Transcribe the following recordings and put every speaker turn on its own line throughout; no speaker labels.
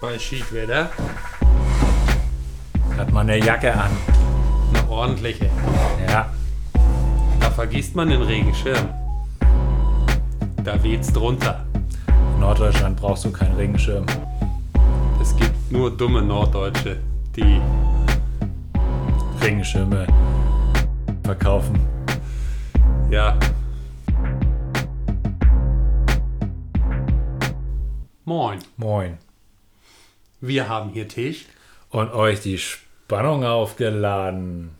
bei Schiedwetter.
Hat man eine Jacke an.
Eine ordentliche.
Ja.
Da vergisst man den Regenschirm. Da weht's drunter.
In Norddeutschland brauchst du keinen Regenschirm.
Es gibt nur dumme Norddeutsche, die
Regenschirme verkaufen.
Ja. Moin,
Moin.
wir haben hier Tisch.
Und euch die Spannung aufgeladen.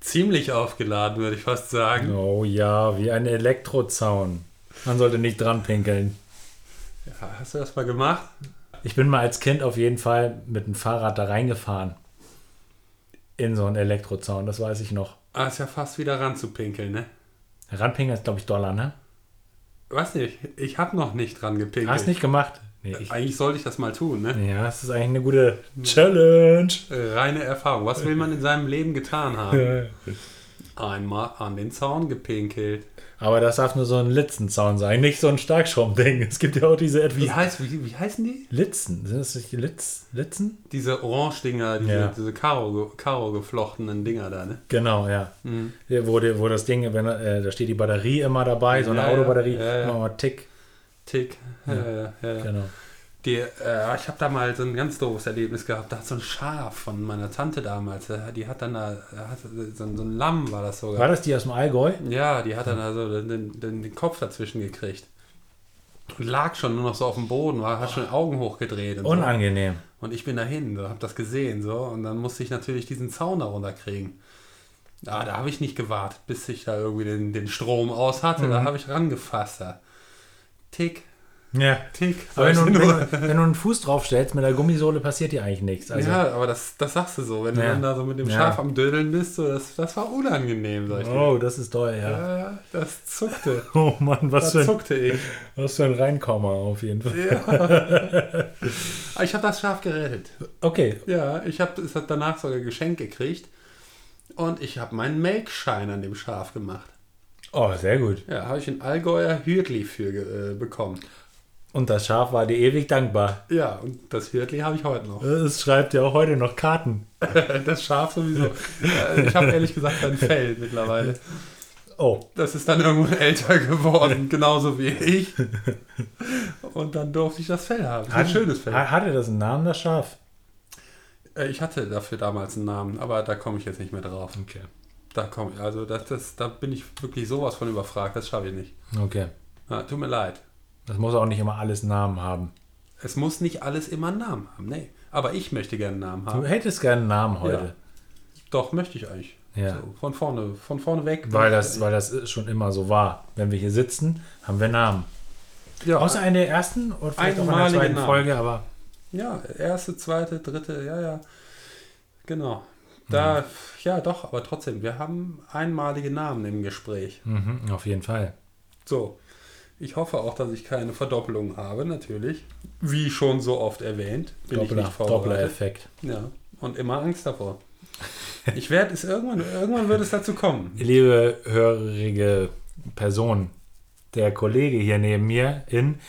Ziemlich aufgeladen, würde ich fast sagen.
Oh ja, wie ein Elektrozaun. Man sollte nicht dran pinkeln.
Ja, hast du das mal gemacht?
Ich bin mal als Kind auf jeden Fall mit dem Fahrrad da reingefahren. In so einen Elektrozaun, das weiß ich noch.
Ah, ist ja fast wieder ranzupinkeln, ne?
Ranpinkeln ist, glaube ich, Dollar, ne?
Weiß nicht, ich habe noch nicht dran gepinkelt. Äh,
Hast nicht gemacht? Nee, ich,
Eigentlich sollte ich das mal tun, ne?
ja, das ist eigentlich eine gute Challenge.
Äh, Reine Erfahrung. Was will man in seinem Leben getan haben? Einmal an den Zaun gepinkelt.
Aber das darf nur so ein Litzenzaun sein, nicht so ein Starkschraubending. Es gibt ja auch diese
Wie,
etwas.
heißt, wie, wie heißen die?
Litzen. Sind das nicht Litz, Litzen?
Diese Orange-Dinger, diese,
Ja.
diese Karo, Karo geflochtenen Dinger da, ne?
Genau, ja. Hier, Wo, die- wo das Ding, wenn, äh, da steht die Batterie immer dabei, so eine
Ja, ja,
Autobatterie.
ja, ja.
Immer mal Tick.
Tick. Äh, ja.
Genau.
Die, äh, ich habe da mal so ein ganz doofes Erlebnis gehabt. Da hat so ein Schaf von meiner Tante damals, äh, die hat dann da, hat, äh, so, ein- so ein Lamm war das sogar.
War das die aus dem Allgäu?
Ja, die hat dann also den, den, den Kopf dazwischen gekriegt. Und lag schon nur noch so auf dem Boden, war, hat schon die Augen hochgedreht. Und, so.
Unangenehm.
und ich bin dahin, so, hab das gesehen. so Und dann musste ich natürlich diesen Zaun darunter kriegen. Ah, da habe ich nicht gewartet, bis ich da irgendwie den, den Strom aus hatte. Da
Mhm.
habe ich rangefasst. Da. Tick,
Ja.
tick.
Aber wenn du,
Solche
wenn,
Nummer.
du, wenn du einen Fuß draufstellst mit der Gummisohle, passiert dir eigentlich nichts. Also,
ja, aber das, das sagst du so, wenn du
Ja.
dann da so mit dem
Ja.
Schaf am Dödeln bist, so, das, das war unangenehm, sag ich dir.
Oh, das ist toll, ja.
Ja, ja, das zuckte.
Oh Mann, was
Das
für, ein,
zuckte ich.
was für ein Reinkommer auf jeden Fall.
Ja. Aber ich habe das Schaf gerettet.
Okay,
Ja, ich habe es hat danach sogar Geschenk gekriegt. Und ich habe meinen Melkschein an dem Schaf gemacht.
oh, sehr gut.
Ja, habe ich in Allgäuer Hürtli für ge- äh, bekommen.
Und das Schaf war dir ewig dankbar.
Ja, und das Hürtli habe ich heute noch.
Es schreibt ja auch heute noch Karten.
Das Schaf sowieso. Ja, Ich habe ehrlich gesagt ein Fell mittlerweile.
Oh,
Das ist dann irgendwann älter geworden, genauso wie ich. Und dann durfte ich das Fell haben. Ein schönes Fell.
Ha- Hatte das einen Namen, das Schaf?
Äh, Ich hatte dafür damals einen Namen, aber da komme ich jetzt nicht mehr drauf.
Okay.
Da komme ich, also das, das, da bin ich wirklich sowas von überfragt, das schaffe ich nicht.
Okay.
Ja, tut mir leid.
Das muss auch nicht immer alles Namen haben.
Es muss nicht alles immer einen Namen haben, nee. Aber ich möchte gerne einen Namen
Du
haben.
hättest gerne einen Namen heute.
Doch, möchte ich eigentlich.
Ja.
So, von vorne, von vorne weg.
Weil, das, weil das schon immer so war. Wenn wir hier sitzen, haben wir Namen.
ja,
Außer in der ersten und vielleicht auch in der
Einmalige
zweiten
Namen.
Folge, aber
Ja, erste, zweite, dritte, ja, ja. Genau. Da,
Mhm.
ja, doch, aber trotzdem, wir haben einmalige Namen im Gespräch.
mhm, auf jeden Fall.
So. Ich hoffe auch, dass ich keine Verdoppelung habe, natürlich. Wie schon so oft erwähnt, bin ich
Doppler,
nicht vorbereitet.
Doppler-Effekt.
Ja, und immer Angst davor. Ich werde es irgendwann, irgendwann wird es dazu kommen.
Liebe hörige Person, der Kollege hier neben mir in,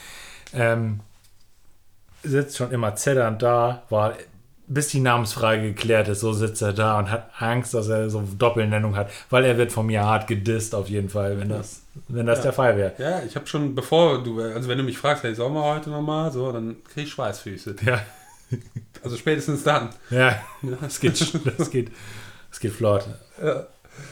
ähm, sitzt schon immer zitternd da, war, bis die Namensfrage geklärt ist, so sitzt er da und hat Angst, dass er so Doppelnennung hat, weil er wird von mir hart gedisst auf jeden Fall, wenn das, wenn das
Ja.
der Fall wäre.
Ja, ich habe schon, bevor du, also wenn du mich fragst, hey, sollen wir heute nochmal, so, dann krieg ich Schweißfüße.
Ja,
Also spätestens dann.
ja,
Das
es geht, sch- das geht, das geht flott.
Ja.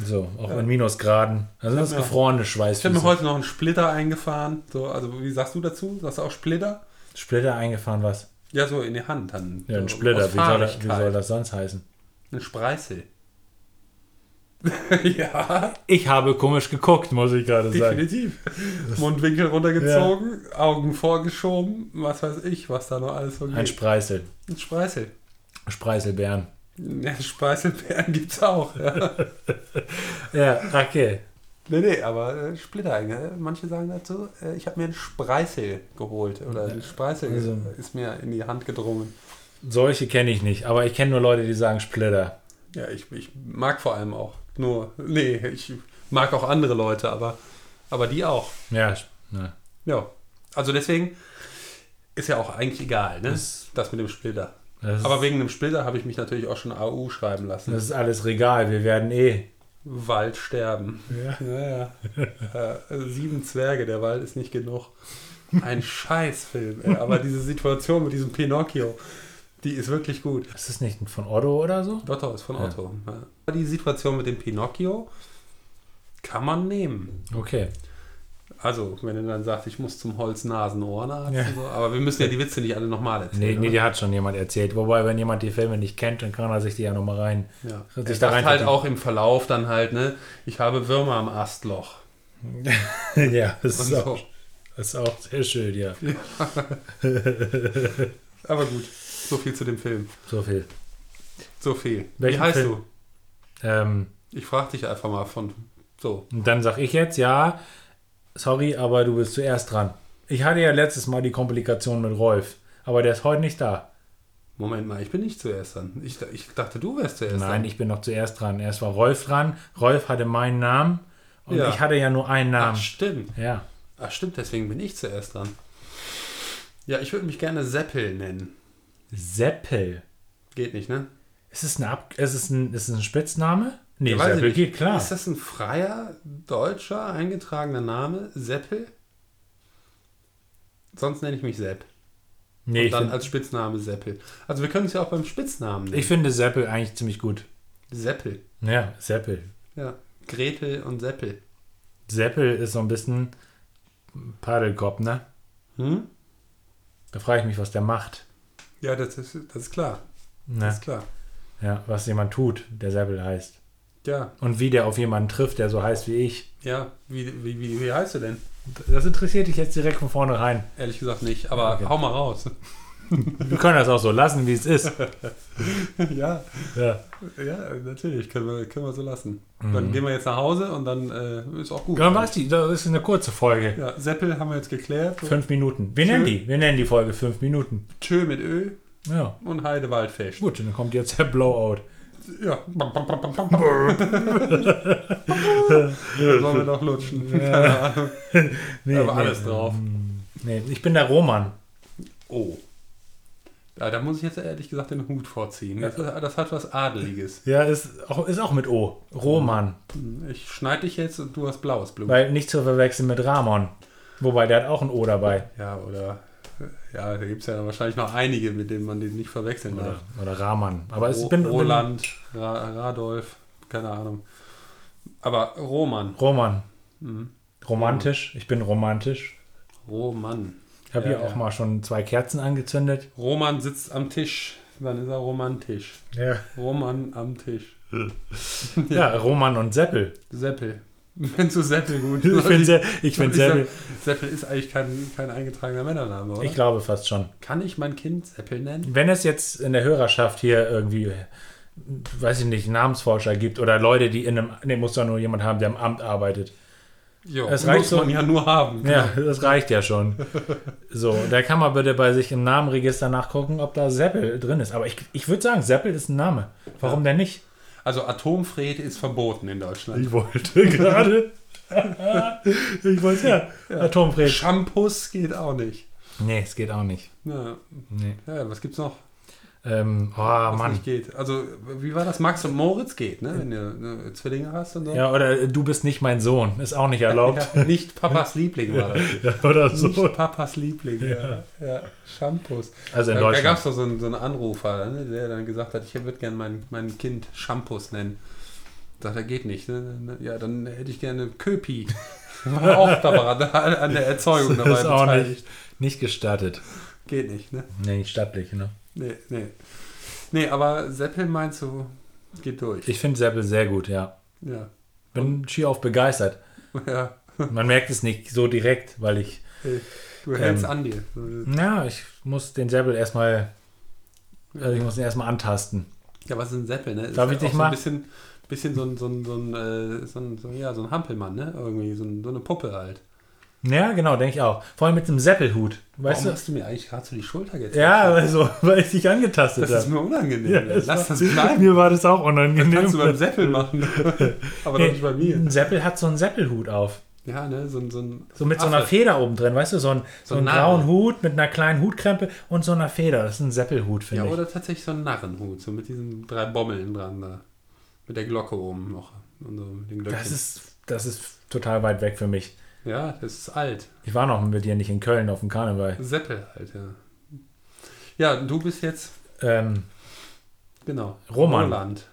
So, auch in Minusgraden. Also das
Ja.
gefrorene
Ich habe mir
Schweißfüße.
heute noch einen Splitter eingefahren. So, also wie sagst du dazu? Sagst du auch Splitter?
Splitter eingefahren, was?
Ja, so in die Hand dann.
Ja, ein
so,
Splitter,
aus
wie soll, das, wie
Fahrigkeit.
soll das sonst heißen?
Ein Spreißel. ja,
Ich habe komisch geguckt, muss ich gerade sagen.
definitiv. Mundwinkel runtergezogen, Augen vorgeschoben, was weiß ich, was da noch alles so
Ein
geht.
Spreißel.
Ein Spreißel.
Spreißelbeeren.
Ja, Spreißelbeeren gibt's auch. Ja.
Ja, okay.
nee, nee, aber äh, Splitter. einge- Manche sagen dazu, äh, ich habe mir einen Spreißel geholt. Oder ein Spreißel
Also-
ist mir in die Hand gedrungen.
Solche kenne ich nicht, aber ich kenne nur Leute, die sagen Splitter.
Ja, ich, ich mag vor allem auch nur, nee, ich mag auch andere Leute, aber, aber die auch.
Ja, sch- ne.
Ja, also deswegen, Ist ja auch eigentlich egal, ne?
Das-
Das, mit dem Splitter.
Das,
Aber wegen dem Splitter habe ich mich natürlich auch schon AU schreiben lassen.
das ist alles Regal, wir werden eh.
Wald sterben.
Ja.
Ja, ja. äh, sieben Zwerge, der Wald ist nicht genug. Ein Scheißfilm, ey. aber diese Situation mit diesem Pinocchio, die ist wirklich gut.
Ist das nicht von Otto oder so?
Dotto ist von
Ja.
Otto. Ja. Die Situation mit dem Pinocchio kann man nehmen.
Okay.
Also, wenn er dann sagt, ich muss zum Holz-Nasen-Ohrenarzt
Ja.
und so. Aber wir müssen ja die Witze nicht alle nochmal
Nee,
erzählen.
nee,
oder?
die hat schon jemand erzählt. Wobei, wenn jemand die Filme nicht kennt, dann kann er sich die ja nochmal rein.
ja. Er
Sich da
sagt halt
reinverdienen.
auch im Verlauf dann halt, ne, ich habe Würmer am Astloch.
ja, das
Und so.
ist, auch, das ist auch sehr schön, ja.
Aber gut, so viel zu dem Film.
So viel.
So viel.
Welchen
Wie heißt
Film?
du?
Ähm,
Ich frage dich einfach mal von so.
und dann sag ich jetzt, ja, sorry, aber du bist zuerst dran. Ich hatte ja letztes Mal die Komplikation mit Rolf, aber der ist heute nicht da.
Moment mal, ich bin nicht zuerst dran. Ich, ich dachte, du wärst zuerst
Nein,
dran.
ich bin noch zuerst dran. Erst war Rolf dran. Rolf hatte meinen Namen und
Ja.
ich hatte ja nur einen
Ach,
Namen.
stimmt.
ja.
Ach, stimmt, deswegen bin ich zuerst dran. Ja, ich würde mich gerne Seppel nennen.
Seppel.
Geht nicht, ne?
Ist es, eine Ab ist es, ein, ist es ein Spitzname? Nee,
Ja, weiß ich
Seppel
nicht.
geht klar.
Ist das ein freier, deutscher, eingetragener Name? Seppel? Sonst nenne ich mich Sepp.
nee,
Und
ich,
dann also-
find,
als Spitzname Seppel. Also wir können es ja auch beim Spitznamen nennen.
ich finde Seppel eigentlich ziemlich gut.
Seppel.
Ja, Seppel.
Ja. Gretel und Seppel.
Seppel ist so ein bisschen Paddelkopf, ne?
Hm?
Da frage ich mich, was der macht.
Ja, das ist, das ist klar.
Ne?
Das ist klar.
Ja, was jemand tut, der Seppel heißt.
Ja,
Und wie der auf jemanden trifft, der so heißt wie ich.
ja. Wie, wie, wie, wie heißt du denn?
Das interessiert dich jetzt direkt von vornherein.
Ehrlich gesagt nicht, aber
Okay.
hau mal raus.
Wir können das auch so lassen, wie es ist.
ja,
Ja.
ja, natürlich, können wir, können wir so lassen.
Mhm.
Dann gehen wir jetzt nach Hause und dann äh, ist auch gut.
Dann war's die. Das ist eine kurze Folge.
Ja, Seppel haben wir jetzt geklärt.
Fünf Minuten. Wir nennen
Schön.
die. Wir nennen die Folge fünf Minuten.
Tschö mit Ö
Ja.
und Heidewaldfest.
Gut, dann kommt jetzt der Blowout.
Ja. Bam, bam, bam, bam, bam, bam. Sollen wir noch lutschen? Keine Ahnung.
Nee, ähm,
Aber alles drauf.
Nee, ich bin der Roman.
Oh. Ja, da muss ich jetzt ehrlich gesagt den Hut vorziehen. Das, das hat was Adeliges.
Ja, ist auch, ist auch mit O. Roman.
Ich schneide dich jetzt und du hast blaues Blut.
Weil nicht zu verwechseln mit Ramon. Wobei, der hat auch ein O dabei.
Ja, oder. äh, Ja, da gibt es ja wahrscheinlich noch einige, mit denen man den nicht verwechseln darf.
Oder, oder Rahman. Aber es, ich
Ro-
bin
Roland, Ra Radolf, keine Ahnung. Aber Roman.
Bin Roman.
Mhm.
Romantisch. Ich bin romantisch.
Roman.
Ich habe
Ja,
hier
ja.
auch mal schon zwei Kerzen angezündet.
Roman sitzt am Tisch. Dann ist er romantisch.
Ja.
Roman am Tisch.
Ja, Roman und Seppel.
Seppel. Wenn du Seppel gut
Ich
soll
bin, Se ich
soll
bin
ich
Seppel.
sagen, Seppel ist eigentlich kein, kein eingetragener Männername, oder?
Ich glaube fast schon.
Kann ich mein Kind Seppel nennen?
Wenn es jetzt in der Hörerschaft hier irgendwie, weiß ich nicht, Namensforscher gibt oder Leute, die in einem, ne, muss doch nur jemand haben, der im Amt arbeitet.
Jo,
Es reicht
muss
so-
man ja nur haben. genau.
Ja, das reicht ja schon. So, da kann man bitte bei sich im Namenregister nachgucken, ob da Seppel drin ist. Aber ich, ich würde sagen, Seppel ist ein Name. Warum denn nicht?
Also Atomfred ist verboten in Deutschland.
wollte gerade. ich wollte ja. Atomfred.
Shampoos geht auch nicht.
Nee, es geht auch nicht.
Ja,
Nee.
ja was gibt's noch,
Ähm, oh,
was
Mann.
nicht geht? Also, wie war das? Max und Moritz geht, ne? Wenn du äh, Zwillinge hast und so.
Ja, oder äh, du bist nicht mein Sohn. Ist auch nicht erlaubt.
Ja, nicht Papas Liebling war das.
oder
Nicht Papas Liebling, ja. ja. Shampoos.
Also in
da da
Deutschland.
gab's doch so einen, so einen Anrufer, ne, der dann gesagt hat, ich würde gerne mein, mein Kind Shampoos nennen. Sagt er, geht nicht. Ne? Ja, dann hätte ich gerne Köpi. War auch dabei, an der Erzeugung dabei
ist auch
beteiligt.
nicht, nicht gestattet.
Geht nicht, ne?
Nee, nicht stattlich, ne?
Nee, nee. Nee, aber Seppel meinst du, geht durch.
Ich finde Seppel sehr gut, ja.
Ja.
Bin schier auf begeistert.
ja.
Man merkt es nicht so direkt, weil ich.
Hey, du hältst
Ähm.
an dir.
Na, ich muss den Seppel erstmal. Also ich muss ihn erstmal antasten.
Ja, was ist ein Seppel, ne? Ist
Darf ich
auch
dich
so
mal-
ein bisschen, bisschen so ein, so ein, so ein, äh, so ein, so, ja, so ein Hampelmann, ne? Irgendwie, so, ein, so eine Puppe halt.
Ja, genau, denke ich auch. Vor allem mit einem Seppelhut. Weißt
Warum hast du mir eigentlich gerade so die Schulter gezeigt?
du? Ja, also, weil ich dich angetastet
Das ist
habe.
mir unangenehm.
Ja,
ey.
das
Lass
war-
das bleiben.
Mir war das auch
Das kannst du
unangenehm.
beim Seppel machen. Aber doch
Nee,
nicht bei mir.
Ein Seppel hat so einen Seppelhut auf.
Ja, ne, so, ein- so ein.
So mit so einer
Affe.
Feder oben drin, weißt du? So, ein, so,
ein
einen
Narren.
grauen Hut mit einer kleinen Hutkrempe und so einer Feder. Das ist ein Seppelhut,
Ja,
finde ich.
oder tatsächlich so ein Narrenhut, so mit diesen drei Bommeln dran da. Mit der Glocke oben noch. Und so mit den Glöckchen.
Das ist, das ist total weit weg für mich.
ja, das ist alt.
Ich war noch mit dir nicht in Köln auf dem Karneval.
Seppel halt, ja. Ja, du bist jetzt,
Ähm,
genau.
Roman.
Roland.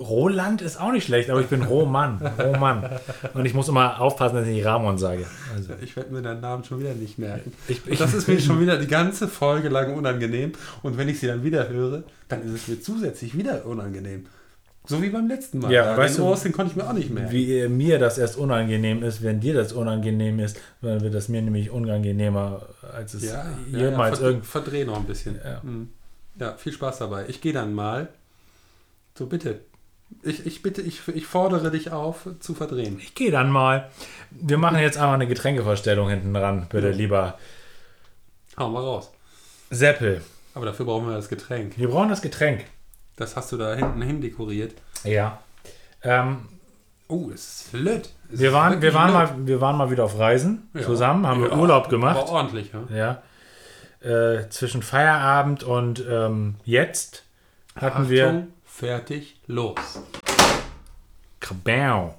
Roland ist auch nicht schlecht, aber ich bin Roman. Roman. Und ich muss immer aufpassen, dass ich nicht Ramon sage. Also,
Ja, Ich werde mir deinen Namen schon wieder nicht merken.
ich,
Und das ist mir schon wieder die ganze Folge lang unangenehm. Und wenn ich sie dann wieder höre, dann ist es mir zusätzlich wieder unangenehm. So wie beim letzten Mal.
Ja,
Da,
weißt
den
du-
Ohrsten konnte ich mir auch nicht merken.
Wie äh, mir das erst unangenehm ist, wenn dir das unangenehm ist, dann wird das mir nämlich unangenehmer, als es
Ja, ja, ja
jemals
verdreh,
irgend.
verdreh noch ein bisschen.
Ja.
Mhm. ja, viel Spaß dabei. Ich gehe dann mal. So, bitte. Ich, ich bitte, ich, ich fordere dich auf, zu verdrehen.
Ich gehe dann mal. Wir machen jetzt einfach eine Getränkeverstellung hinten dran, bitte, lieber
Hau mal raus.
Seppel.
Aber dafür brauchen wir das Getränk.
Wir brauchen das Getränk.
Das hast du da hinten hin dekoriert.
Ja. Ähm,
Oh, es ist löt. Es
wir,
ist
waren, wir,
wirklich
waren
löt.
mal, wir waren mal wieder auf Reisen
Ja.
zusammen, haben
Ja,
wir Urlaub gemacht.
War ordentlich, ja.
Ja. Äh, zwischen Feierabend und ähm, jetzt hatten wir.
Achtung, fertig, los.
Kabam.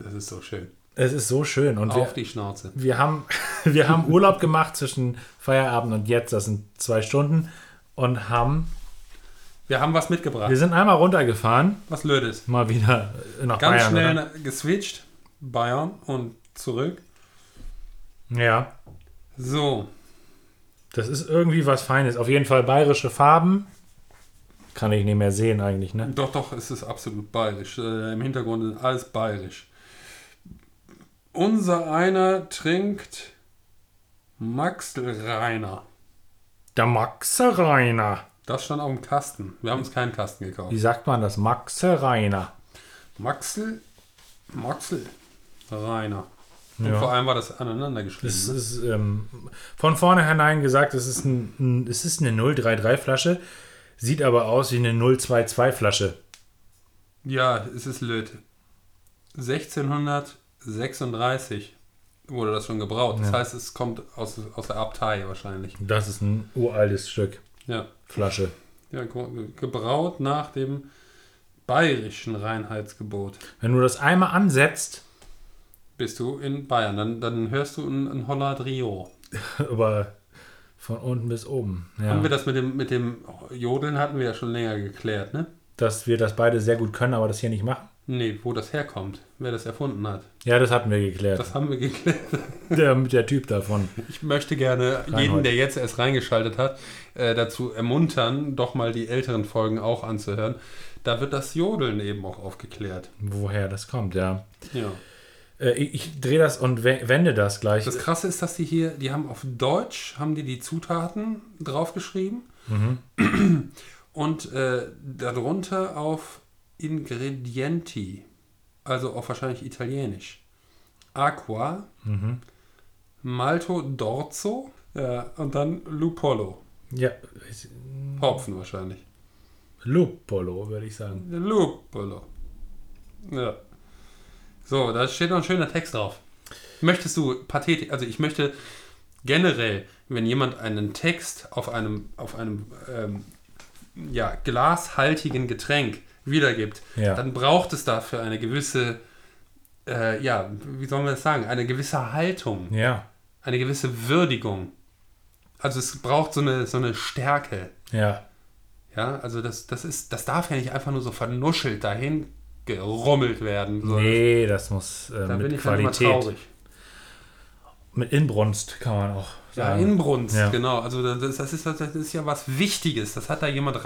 Das ist so schön.
Es ist so schön. Und wir,
Auf die Schnauze.
wir, haben, wir haben Urlaub gemacht zwischen Feierabend und jetzt. Das sind zwei Stunden. Und haben.
Wir haben was mitgebracht.
Wir sind einmal runtergefahren.
was Lödes.
Mal wieder nach
Ganz
Bayern.
schnell ne, geswitcht. Bayern und zurück.
Oder? Ja.
So,
Das ist irgendwie was Feines. Auf jeden Fall bayerische Farben. Kann ich nicht mehr sehen eigentlich, ne?
Doch, doch, es ist absolut bayerisch. Äh, Im Hintergrund ist alles bayerisch. Unser einer trinkt Maxlreiner.
Der Maxereiner.
Das stand auf dem Kasten. Wir haben uns keinen Kasten
Wie
gekauft.
sagt man das? Maxereiner.
Maxl, Maxl, Rainer. Und
Ja.
vor allem war das aneinander geschrieben.
Es
ne?
ist ähm, von vornherein gesagt, es ist, ein, ein, es ist eine 033-Flasche, sieht aber aus wie eine 022-Flasche.
Ja, es ist löt. 1636 wurde das schon gebraut. Das
Ja.
heißt, es kommt aus, aus der Abtei wahrscheinlich.
Das ist ein uraltes Stück
Ja.
Flasche.
Ja, ge- gebraut nach dem bayerischen Reinheitsgebot.
Wenn du das einmal ansetzt,
Bist du in Bayern, dann, dann hörst du ein, ein Hollard Rio.
aber von unten bis oben, ja,
Haben wir das mit dem, mit dem Jodeln hatten wir ja schon länger geklärt, ne?
dass wir das beide sehr gut können, aber das hier nicht machen.
Nee, wo das herkommt, wer das erfunden hat.
Ja, das hatten wir geklärt.
Das haben wir geklärt.
Der, der Typ davon.
Ich möchte gerne jeden, der jetzt erst reingeschaltet hat, äh, dazu ermuntern, doch mal die älteren Folgen auch anzuhören. Da wird das Jodeln eben auch aufgeklärt.
Woher das kommt, ja.
Ja.
Äh, ich ich drehe das und we- wende das gleich.
Das Krasse ist, dass die hier, die haben auf Deutsch, haben die die Zutaten draufgeschrieben und äh, darunter auf Ingredienti, also auf wahrscheinlich Italienisch. Aqua, Malto d'Orzo äh, und dann Lupolo,
ja, ist-
Hopfen wahrscheinlich.
Lupolo, würde ich sagen.
Lupolo. Ja. So, da steht noch ein schöner Text drauf. Möchtest du pathetisch, also ich möchte generell, wenn jemand einen Text auf einem, auf einem ähm, ja, glashaltigen Getränk wiedergibt,
Ja.
dann braucht es dafür eine gewisse, äh, ja, wie soll man das sagen, eine gewisse Haltung,
Ja,
eine gewisse Würdigung. Also es braucht so eine, so eine Stärke.
ja.
Ja, also das, das ist, das darf ja nicht einfach nur so vernuschelt dahin gerummelt werden. So,
Nee, das muss äh,
da
mit
bin ich dann immer
Qualität.
traurig.
Mit Inbrunst kann man auch
Ja,
sagen.
Inbrunst,
Ja.
genau. Also das, das, ist, das ist ja was Wichtiges. Das hat da jemand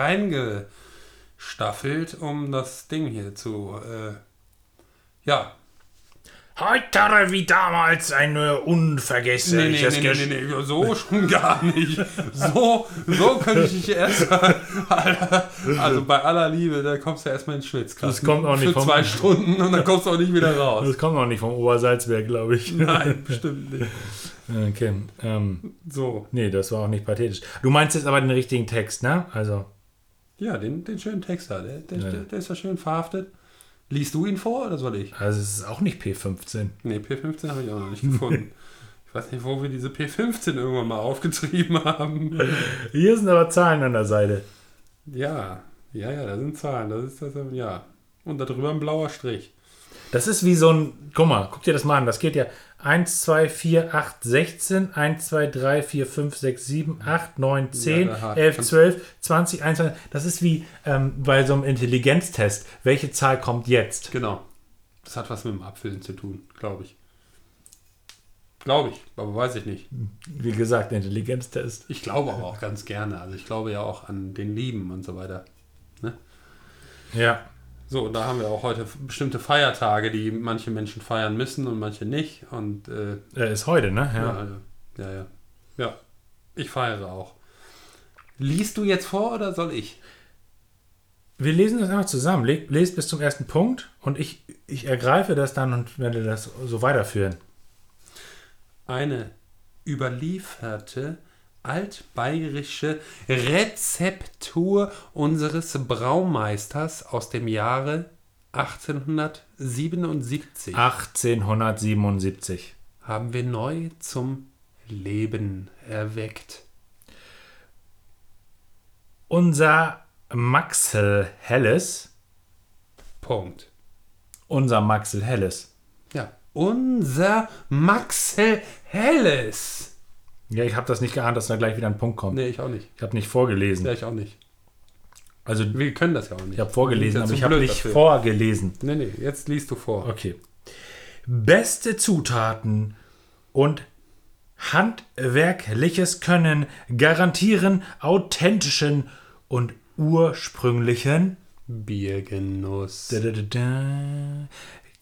reingestaffelt, um das Ding hier zu. Äh, ja.
Heitere wie damals ein äh, unvergessliches Gesch-
nee, so schon gar nicht. So, so könnte ich dich erst. Alter, also bei aller Liebe, da kommst du erstmal in den Schwitzkasten.
Das kommt auch nicht
Für
vom-
zwei Stunden und dann kommst du auch nicht wieder raus.
Das kommt noch nicht vom Obersalzberg, glaube ich.
Nein, bestimmt nicht.
Okay. Ähm,
So.
nee, das war auch nicht pathetisch. Du meinst jetzt aber den richtigen Text, ne? Also,
Ja, den, den schönen Text da. Der, der,
Ja.
der ist ja schön verhaftet. Liest du ihn vor oder soll ich?
Also es ist auch nicht P15.
Nee, P15 habe ich auch noch nicht gefunden. ich weiß nicht, wo wir diese P15 irgendwann mal aufgetrieben haben.
Hier sind aber Zahlen an der Seite.
Ja, ja, ja, da sind Zahlen. Das ist das, ähm, ja. Und da drüber ein blauer Strich.
Das ist wie so ein, guck mal, guck dir das mal an. Das geht ja 1, 2, 4, 8, 16, 1, 2, 3, 4, 5, 6, 7, 8, 9,
Ja,
10,
da hat-
11, 12, 20, 21. Das ist wie ähm, bei so einem Intelligenztest. Welche Zahl kommt jetzt?
Genau. Das hat was mit dem Abfüllen zu tun, glaube ich. Glaube ich, aber weiß ich nicht.
Wie gesagt, Intelligenztest.
Ich glaube aber auch ganz gerne. Also ich glaube ja auch an den Lieben und so weiter.
Ja.
So, und da haben wir auch heute bestimmte Feiertage, die manche Menschen feiern müssen und manche nicht. Und äh,
Äh, ist heute, ne?
ja. Ja, ja, ja. Ja, ich feiere auch. Liest du jetzt vor oder soll ich?
Wir lesen das einfach zusammen. Le- Lest bis zum ersten Punkt und ich, ich ergreife das dann und werde das so weiterführen.
Eine überlieferte altbayerische Rezeptur unseres Braumeisters aus dem Jahre 1877
1877.
haben wir neu zum Leben erweckt.
Unser Maxel Helles.
Punkt.
Unser Maxel Helles.
Ja, unser Maxel Helles.
Ja, ich habe das nicht geahnt, dass da gleich wieder ein Punkt kommt.
Nee, ich auch nicht.
Ich habe nicht vorgelesen.
Ja, ich auch nicht.
Also,
Wir können das ja auch nicht.
ich habe vorgelesen,
Wir
aber
sind
ich
ja zu
habe
blöd
nicht
dafür.
vorgelesen.
Nee, nee, jetzt liest du vor.
Okay. Beste Zutaten und handwerkliches Können garantieren authentischen und ursprünglichen
Biergenuss.
Dadadada.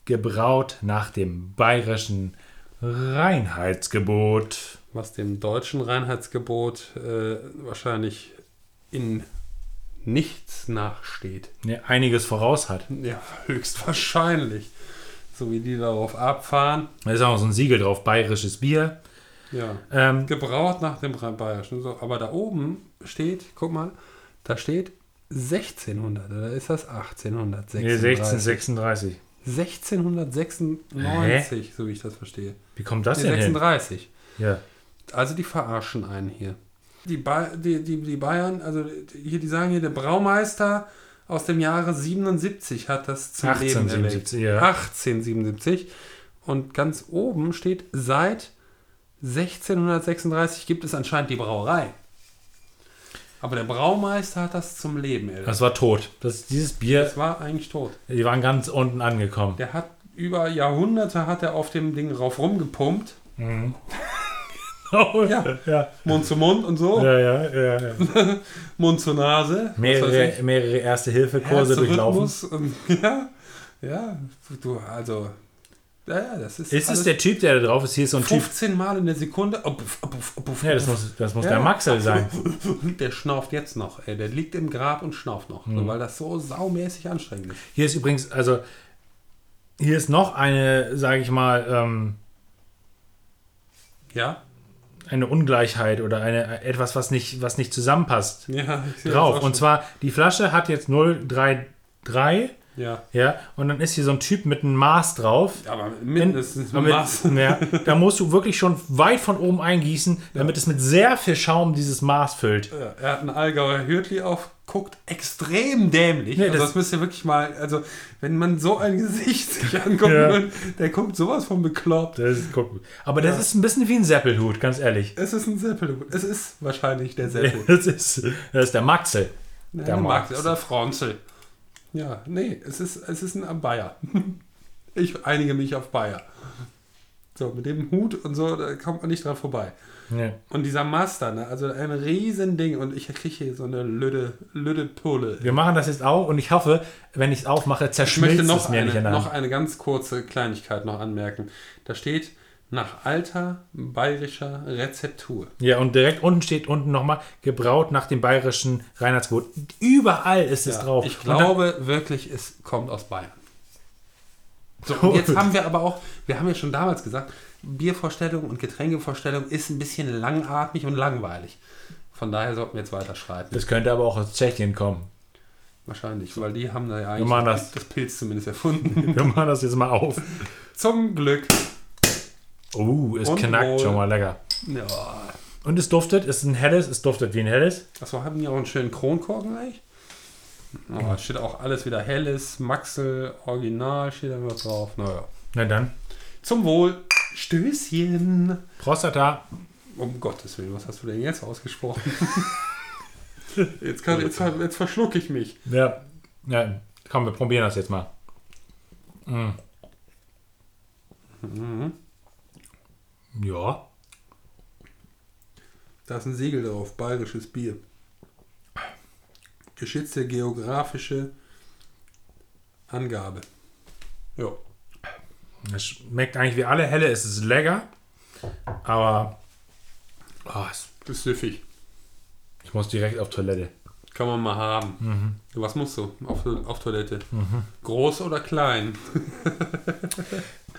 gebraut nach dem bayerischen Reinheitsgebot.
Was dem deutschen Reinheitsgebot äh, wahrscheinlich in nichts nachsteht.
Ne, einiges voraus hat.
Ja, höchstwahrscheinlich. So wie die darauf abfahren.
Da ist auch so ein Siegel drauf, bayerisches Bier.
Ja.
Ähm,
Gebraut nach dem Bayerischen. So, aber da oben steht, guck mal, da steht 1600. Oder ist das 1836?
nee, 1636.
1696, so wie ich das verstehe.
Wie kommt das
Nee,
denn hin?
36.
Ja.
Also die verarschen einen hier. Die, ba die, die, die Bayern, also hier, die sagen hier, der Braumeister aus dem Jahre 77 hat das zum Leben erweckt.
1877, ja.
1877. Und ganz oben steht, seit 1636 gibt es anscheinend die Brauerei. Aber der Braumeister hat das zum Leben erweckt.
Das war tot. Das, dieses Bier,
Das war eigentlich tot.
die waren ganz unten angekommen.
Der hat über Jahrhunderte hat er auf dem Ding rauf rumgepumpt.
Oh,
Ja.
ja.
Mund zu Mund und so.
Ja, ja, ja, ja.
Mund zu Nase. was weiß ich.
Mehrere, mehrere Erste-Hilfe-Kurse durchlaufen.
Herzrhythmus Und, ja, ja, du, also, ja, ja, das ist.
Ist es
alles
der Typ, der da drauf ist? Hier ist so ein Typ.
15 Mal in der Sekunde. Oh, puff, oh, puff, oh, puff,
Ja, das
puff.
muss, das muss
Ja,
der
ja.
Maxel sein.
Der schnauft jetzt noch, ey. Der liegt im Grab und schnauft noch,
Hm.
so, weil das so saumäßig anstrengend ist.
Hier ist übrigens, also, hier ist noch eine, sage ich mal, ähm,
Ja?
eine Ungleichheit oder eine, etwas, was nicht, was nicht zusammenpasst
Ja, ich sehe das auch
drauf.
schon.
Und zwar, die Flasche hat jetzt 033,
Ja.
ja, und dann ist hier so ein Typ mit einem Maß drauf.
Aber
In-
mindestens
damit-
Maß.
Ja, da musst du wirklich schon weit von oben eingießen, damit es mit sehr viel Schaum dieses Maß füllt.
Ja, Er hat einen Allgäuer Hürtli auf, guckt extrem dämlich.
Nee,
also
das-
das müsst ihr wirklich mal, also wenn man so ein Gesicht sich anguckt,
Ja.
wird, der guckt sowas von bekloppt.
Das ist, guck, aber das ist ein bisschen wie ein Seppelhut, ganz ehrlich.
Es ist ein Seppel. Es ist wahrscheinlich der Seppel.
Das ist, das ist der Maxel.
Ja,
Der
der Max
Max.
oder Franzel. Ja, nee, es ist, es ist ein Bayer. Ich einige mich auf Bayer. So, mit dem Hut und so, da kommt man nicht dran vorbei.
Ja.
Und dieser Master, ne? also ein Riesending. Und ich kriege hier so eine lüde, lüde Pulle.
Wir machen das jetzt auch und ich hoffe, wenn ich es aufmache,
Ich möchte
zerschmilzt es
noch
mir nicht
eine,
in der Hand.
noch eine ganz kurze Kleinigkeit noch anmerken. Da steht nach alter bayerischer Rezeptur.
Ja, und direkt unten steht unten nochmal, gebraut nach dem bayerischen Reinheitsgebot. Überall ist es
Ja,
drauf.
Ich
Und dann-
glaube wirklich, es kommt aus Bayern. So, und jetzt haben wir aber auch, wir haben ja schon damals gesagt, Biervorstellung und Getränkevorstellung ist ein bisschen langatmig und langweilig. Von daher sollten wir jetzt weiterschreiten.
das könnte aber auch aus Tschechien kommen.
Wahrscheinlich, weil die haben da ja
Wir
eigentlich
machen das.
das Pilz zumindest erfunden.
Wir machen das jetzt mal auf.
Zum Glück.
Oh, es
Und
knackt
wohl.
schon mal lecker.
Ja.
Und es duftet, es ist ein helles, es duftet wie ein helles.
Achso, haben die auch einen schönen Kronkorken eigentlich? Oh, da steht auch alles wieder helles, Maxel, Original steht da was drauf. Naja.
Na dann,
Zum Wohl. Stößchen.
Prostata.
Um Gottes Willen, was hast du denn jetzt ausgesprochen? jetzt, kann, jetzt, ver- jetzt verschluck ich mich.
Ja. ja, komm, wir probieren das jetzt mal. Mm.
Mhm.
Ja,
Da ist ein Siegel drauf, bayerisches Bier. Geschützte geografische Angabe. Ja.
es schmeckt eigentlich wie alle helle. Es ist lecker, aber oh, es,
Ist süffig.
ich muss direkt auf Toilette.
Kann man mal haben.
Mhm.
Was musst du auf, auf Toilette? Groß oder klein?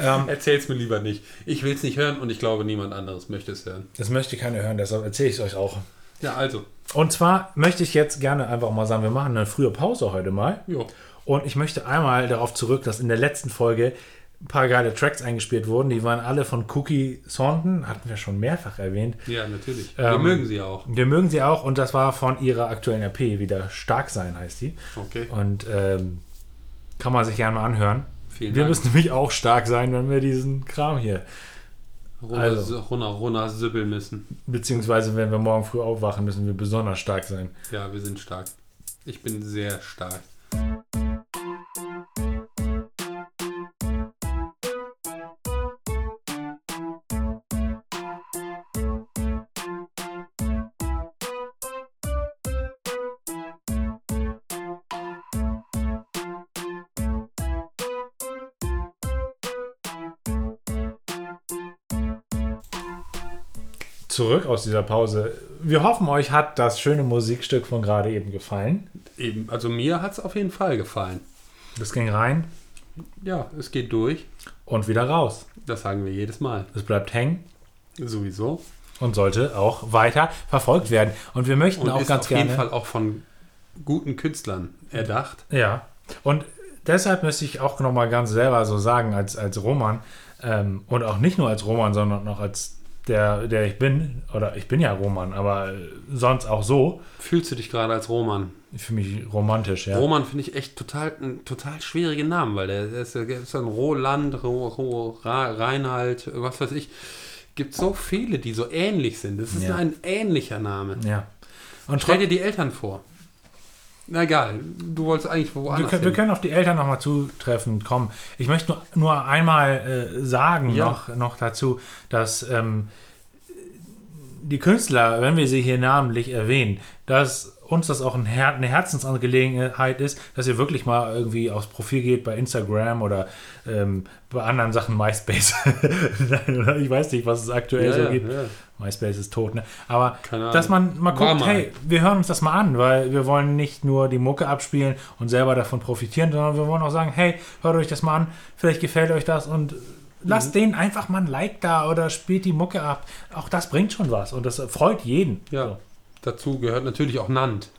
Ähm,
Erzähl's mir lieber nicht. Ich will's nicht hören und ich glaube, niemand anderes möchte es hören.
das möchte keiner hören, deshalb erzähle ich es euch auch.
Ja, also.
Und zwar möchte ich jetzt gerne einfach mal sagen, wir machen eine frühe Pause heute mal.
Jo.
Und ich möchte einmal darauf zurück, dass in der letzten Folge ein paar geile Tracks eingespielt wurden. Die waren alle von Cookie Thornton, hatten wir schon mehrfach erwähnt.
Ja, natürlich. Wir
Ähm,
mögen sie ja auch.
Wir mögen sie auch und das war von ihrer aktuellen RP, wieder Stark sein heißt die.
Okay.
Und ähm, kann man sich gerne mal anhören.
Vielen
wir
Dank.
müssen nämlich auch stark sein, wenn wir diesen Kram hier,
Runter,
also.
runter, runter süppeln müssen.
beziehungsweise wenn wir morgen früh aufwachen, müssen wir besonders stark sein.
Ja, wir sind stark. Ich bin sehr stark.
Zurück aus dieser Pause. Wir hoffen, euch hat das schöne Musikstück von gerade eben gefallen.
Eben, also mir hat's auf jeden Fall gefallen.
Das ging rein
Ja, es geht durch.
und wieder raus.
Das sagen wir jedes Mal.
Es bleibt hängen.
Sowieso.
und sollte auch weiter verfolgt werden. Und wir möchten
Und
auch
ist
ganz
auf
gerne.
jeden Fall auch von guten Künstlern erdacht.
Ja. Und deshalb müsste ich auch nochmal ganz selber so sagen, als, als Roman ähm, und auch nicht nur als Roman, sondern auch als der, der ich bin, oder ich bin ja Roman, aber äh, sonst auch so,
Fühlst du dich gerade als Roman?
ich fühle mich romantisch, ja.
Roman finde ich echt total einen total schwierigen Namen, weil der, der ist, der ist dann Roland, Ro, Ro, Ra, Reinhard, was weiß ich. Gibt so viele, die so ähnlich sind. Das ist
Ja.
ein ähnlicher Name.
ja. Und
Stell
trotzdem,
dir die Eltern vor. Na egal, du wolltest eigentlich
wir,
woanders
können- wir
hin.
können auf die Eltern nochmal zutreffend kommen. Ich möchte nur, nur einmal äh, sagen
Ja.
noch, noch dazu, dass ähm, die Künstler, wenn wir sie hier namentlich erwähnen, dass uns das auch ein Her eine Herzensangelegenheit ist, dass ihr wirklich mal irgendwie aufs Profil geht bei Instagram oder ähm, bei anderen Sachen MySpace. Nein, oder ich weiß nicht, was es aktuell
Ja,
so
ja,
gibt.
ja.
MySpace ist tot, ne? Aber
Keine Ahnung.
dass man mal
War
guckt,
mal.
hey, wir hören uns das mal an, weil wir wollen nicht nur die Mucke abspielen und selber davon profitieren, sondern wir wollen auch sagen, hey, hört euch das mal an, vielleicht gefällt euch das und lasst
Mhm.
denen einfach mal ein Like da oder spielt die Mucke ab. Auch das bringt schon was und das freut jeden.
Ja, dazu gehört natürlich auch Nant.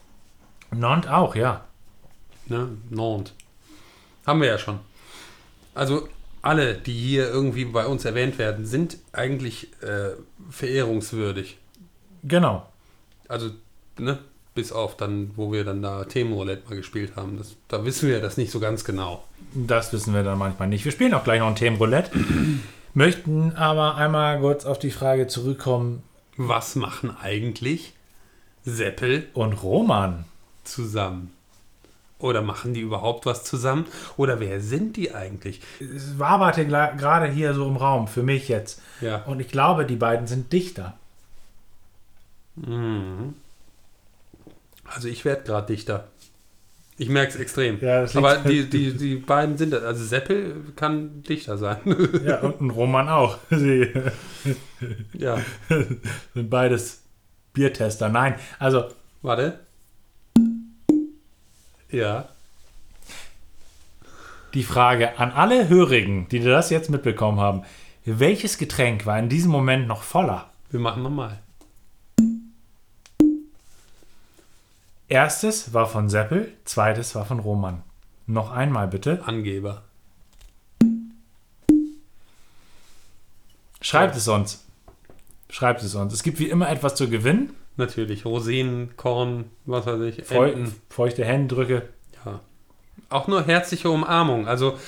Nont auch, ja.
Ne? Nant. Haben wir ja schon. Also alle, die hier irgendwie bei uns erwähnt werden, sind eigentlich äh, verehrungswürdig.
Genau.
also, ne, bis auf dann, wo wir dann da Themenroulette mal gespielt haben. Das, da wissen wir das nicht so ganz genau.
Das wissen wir dann manchmal nicht. Wir spielen auch gleich noch ein Themenroulette. Möchten aber einmal kurz auf die Frage zurückkommen
Was machen eigentlich Seppel
und Roman.
zusammen? Oder machen die überhaupt was zusammen? Oder wer sind die eigentlich?
Es waberte gla- gerade hier so im Raum, für mich jetzt.
Ja.
Und ich glaube, die beiden sind Dichter.
Also ich werde gerade dichter. Ich merke es extrem.
Ja, das liegt- halt
Aber die, die, die beiden sind das. Also Seppel kann dichter sein.
Ja, und ein Roman auch. Sie
ja.
sind beides Biertester. Nein, also
Warte. Ja.
die Frage an alle Hörigen, die das jetzt mitbekommen haben. Welches Getränk war in diesem Moment noch voller?
Wir machen nochmal.
Erstes war von Seppel, zweites war von Roman. Noch einmal bitte.
Angeber.
Schreibt es uns. Schreibt es uns. Es gibt wie immer etwas zu gewinnen.
Natürlich. Rosinen, Korn, was weiß ich.
Feu
Enten.
feuchte Händedrücke.
Ja. Auch nur herzliche Umarmung. Also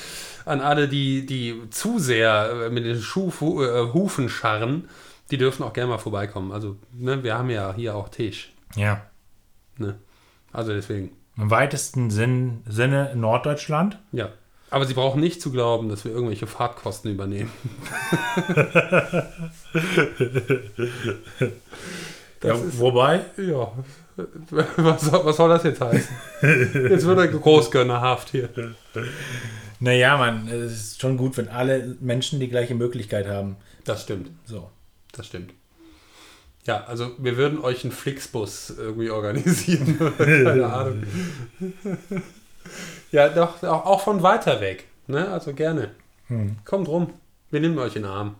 an alle, die, die zu sehr äh, mit den Schuh, Fu- äh, Hufen scharren, die dürfen auch gerne mal vorbeikommen. Also, ne, wir haben ja hier auch Tisch.
Ja.
Ne? Also deswegen,
Im weitesten Sinn, Sinne Norddeutschland.
ja. Aber sie brauchen nicht zu glauben, dass wir irgendwelche Fahrtkosten übernehmen.
Ja, wobei,
Ja. Was soll, was soll das jetzt heißen? Jetzt wird er großgönnerhaft hier.
naja, man, es ist schon gut, wenn alle Menschen die gleiche Möglichkeit haben.
Das stimmt.
So.
Das stimmt. Ja, also wir würden euch einen Flixbus irgendwie organisieren. Keine Ahnung. ja, doch, auch, auch von weiter weg. Ne? Also gerne.
Hm.
Kommt rum. Wir nehmen euch in den Arm.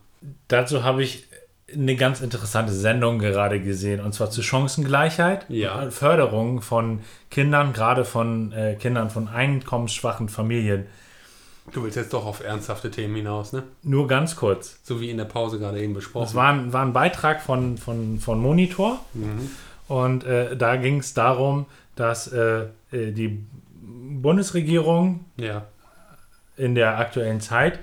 Dazu habe ich eine ganz interessante Sendung gerade gesehen, und zwar zur Chancengleichheit
Ja.
und Förderung von Kindern, gerade von äh, Kindern von einkommensschwachen Familien.
Du willst jetzt doch auf ernsthafte Themen hinaus, ne?
Nur ganz kurz.
So wie in der Pause gerade eben
Das
besprochen.
war, ein- war ein Beitrag von, von, von Monitor und äh, da ging es darum, dass äh, äh, die Bundesregierung
ja.
in der aktuellen Zeit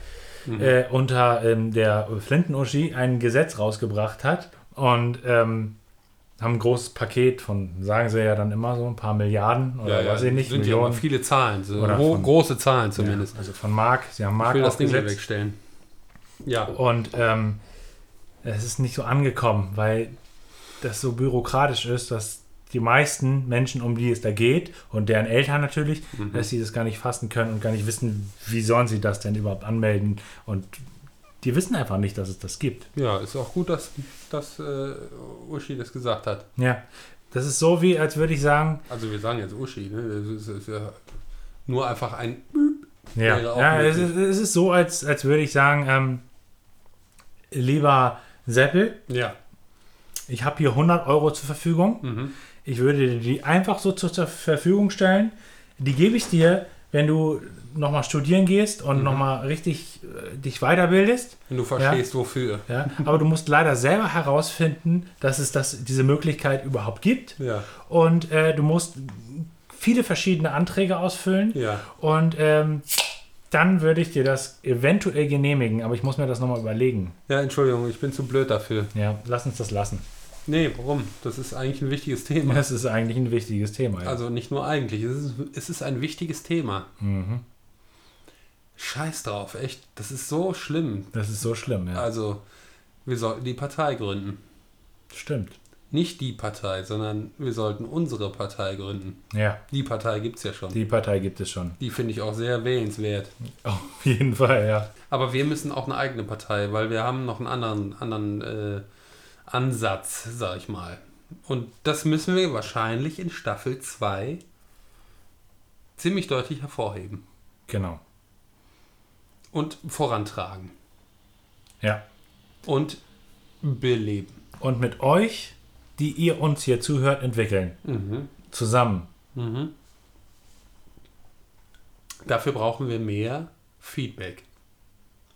Mhm.
äh, unter ähm, der Flinten-Uschi ein Gesetz rausgebracht hat und ähm, haben ein großes Paket von, sagen sie ja dann immer so, ein paar Milliarden oder
ja, ja.
weiß ich nicht,
sind ja
Millionen.
immer viele Zahlen. So
Oder
ho-
von-
große Zahlen
Ja,
zumindest.
also von Mark, sie haben
Ich
Mark
will das Ding hier
aufgesetzt.
wegstellen. Ja.
Und ähm, es ist nicht so angekommen, weil das so bürokratisch ist, dass die meisten Menschen, um die es da geht, und deren Eltern natürlich,
Mhm.
dass sie das gar nicht fassen können und gar nicht wissen, wie sollen sie das denn überhaupt anmelden. Und die wissen einfach nicht, dass es das gibt.
ja, ist auch gut, dass, dass äh, Uschi das gesagt hat.
Ja, das ist so wie, als würde ich sagen,
Also wir sagen jetzt Uschi, ne? Das ist, ist ja nur einfach ein.
ja,
Wäre auch
ja es,
möglich.
ist, es ist so, als, als würde ich sagen, ähm, lieber Seppel,
Ja.
ich habe hier 100 Euro zur Verfügung.
Mhm.
Ich würde dir die einfach so zur zur Verfügung stellen. Die gebe ich dir, wenn du nochmal studieren gehst und
Mhm.
nochmal richtig äh, dich weiterbildest.
Wenn du verstehst, wofür.
Ja? Aber du musst leider selber herausfinden, dass es das, diese Möglichkeit überhaupt gibt.
Ja.
Und äh, du musst viele verschiedene Anträge ausfüllen.
Ja.
Und ähm, dann würde ich dir das eventuell genehmigen, aber ich muss mir das nochmal überlegen.
Ja, Entschuldigung, ich bin zu blöd dafür.
Ja, lass uns das lassen.
Nee, warum? Das ist eigentlich ein wichtiges Thema.
Das ist eigentlich ein wichtiges Thema. Ja.
Also nicht nur eigentlich, es ist, es ist ein wichtiges Thema. Mhm. Scheiß drauf, echt. Das ist so schlimm.
Das ist so schlimm, ja.
Also, wir sollten die Partei gründen.
Stimmt.
Nicht die Partei, sondern wir sollten unsere Partei gründen.
Ja,
Die Partei gibt es ja schon. Die,
die Partei gibt es schon.
finde ich auch sehr erwähnenswert.
Auf jeden Fall, ja.
Aber wir müssen auch eine eigene Partei, weil wir haben noch einen anderen, anderen äh, Ansatz, sag ich mal. Und das müssen wir wahrscheinlich in Staffel 2 ziemlich deutlich hervorheben
Genau.
und vorantragen
Ja.
und beleben.
Und mit euch, die ihr uns hier zuhört, entwickeln.
Mhm.
Zusammen.
Mhm. Dafür brauchen wir mehr Feedback.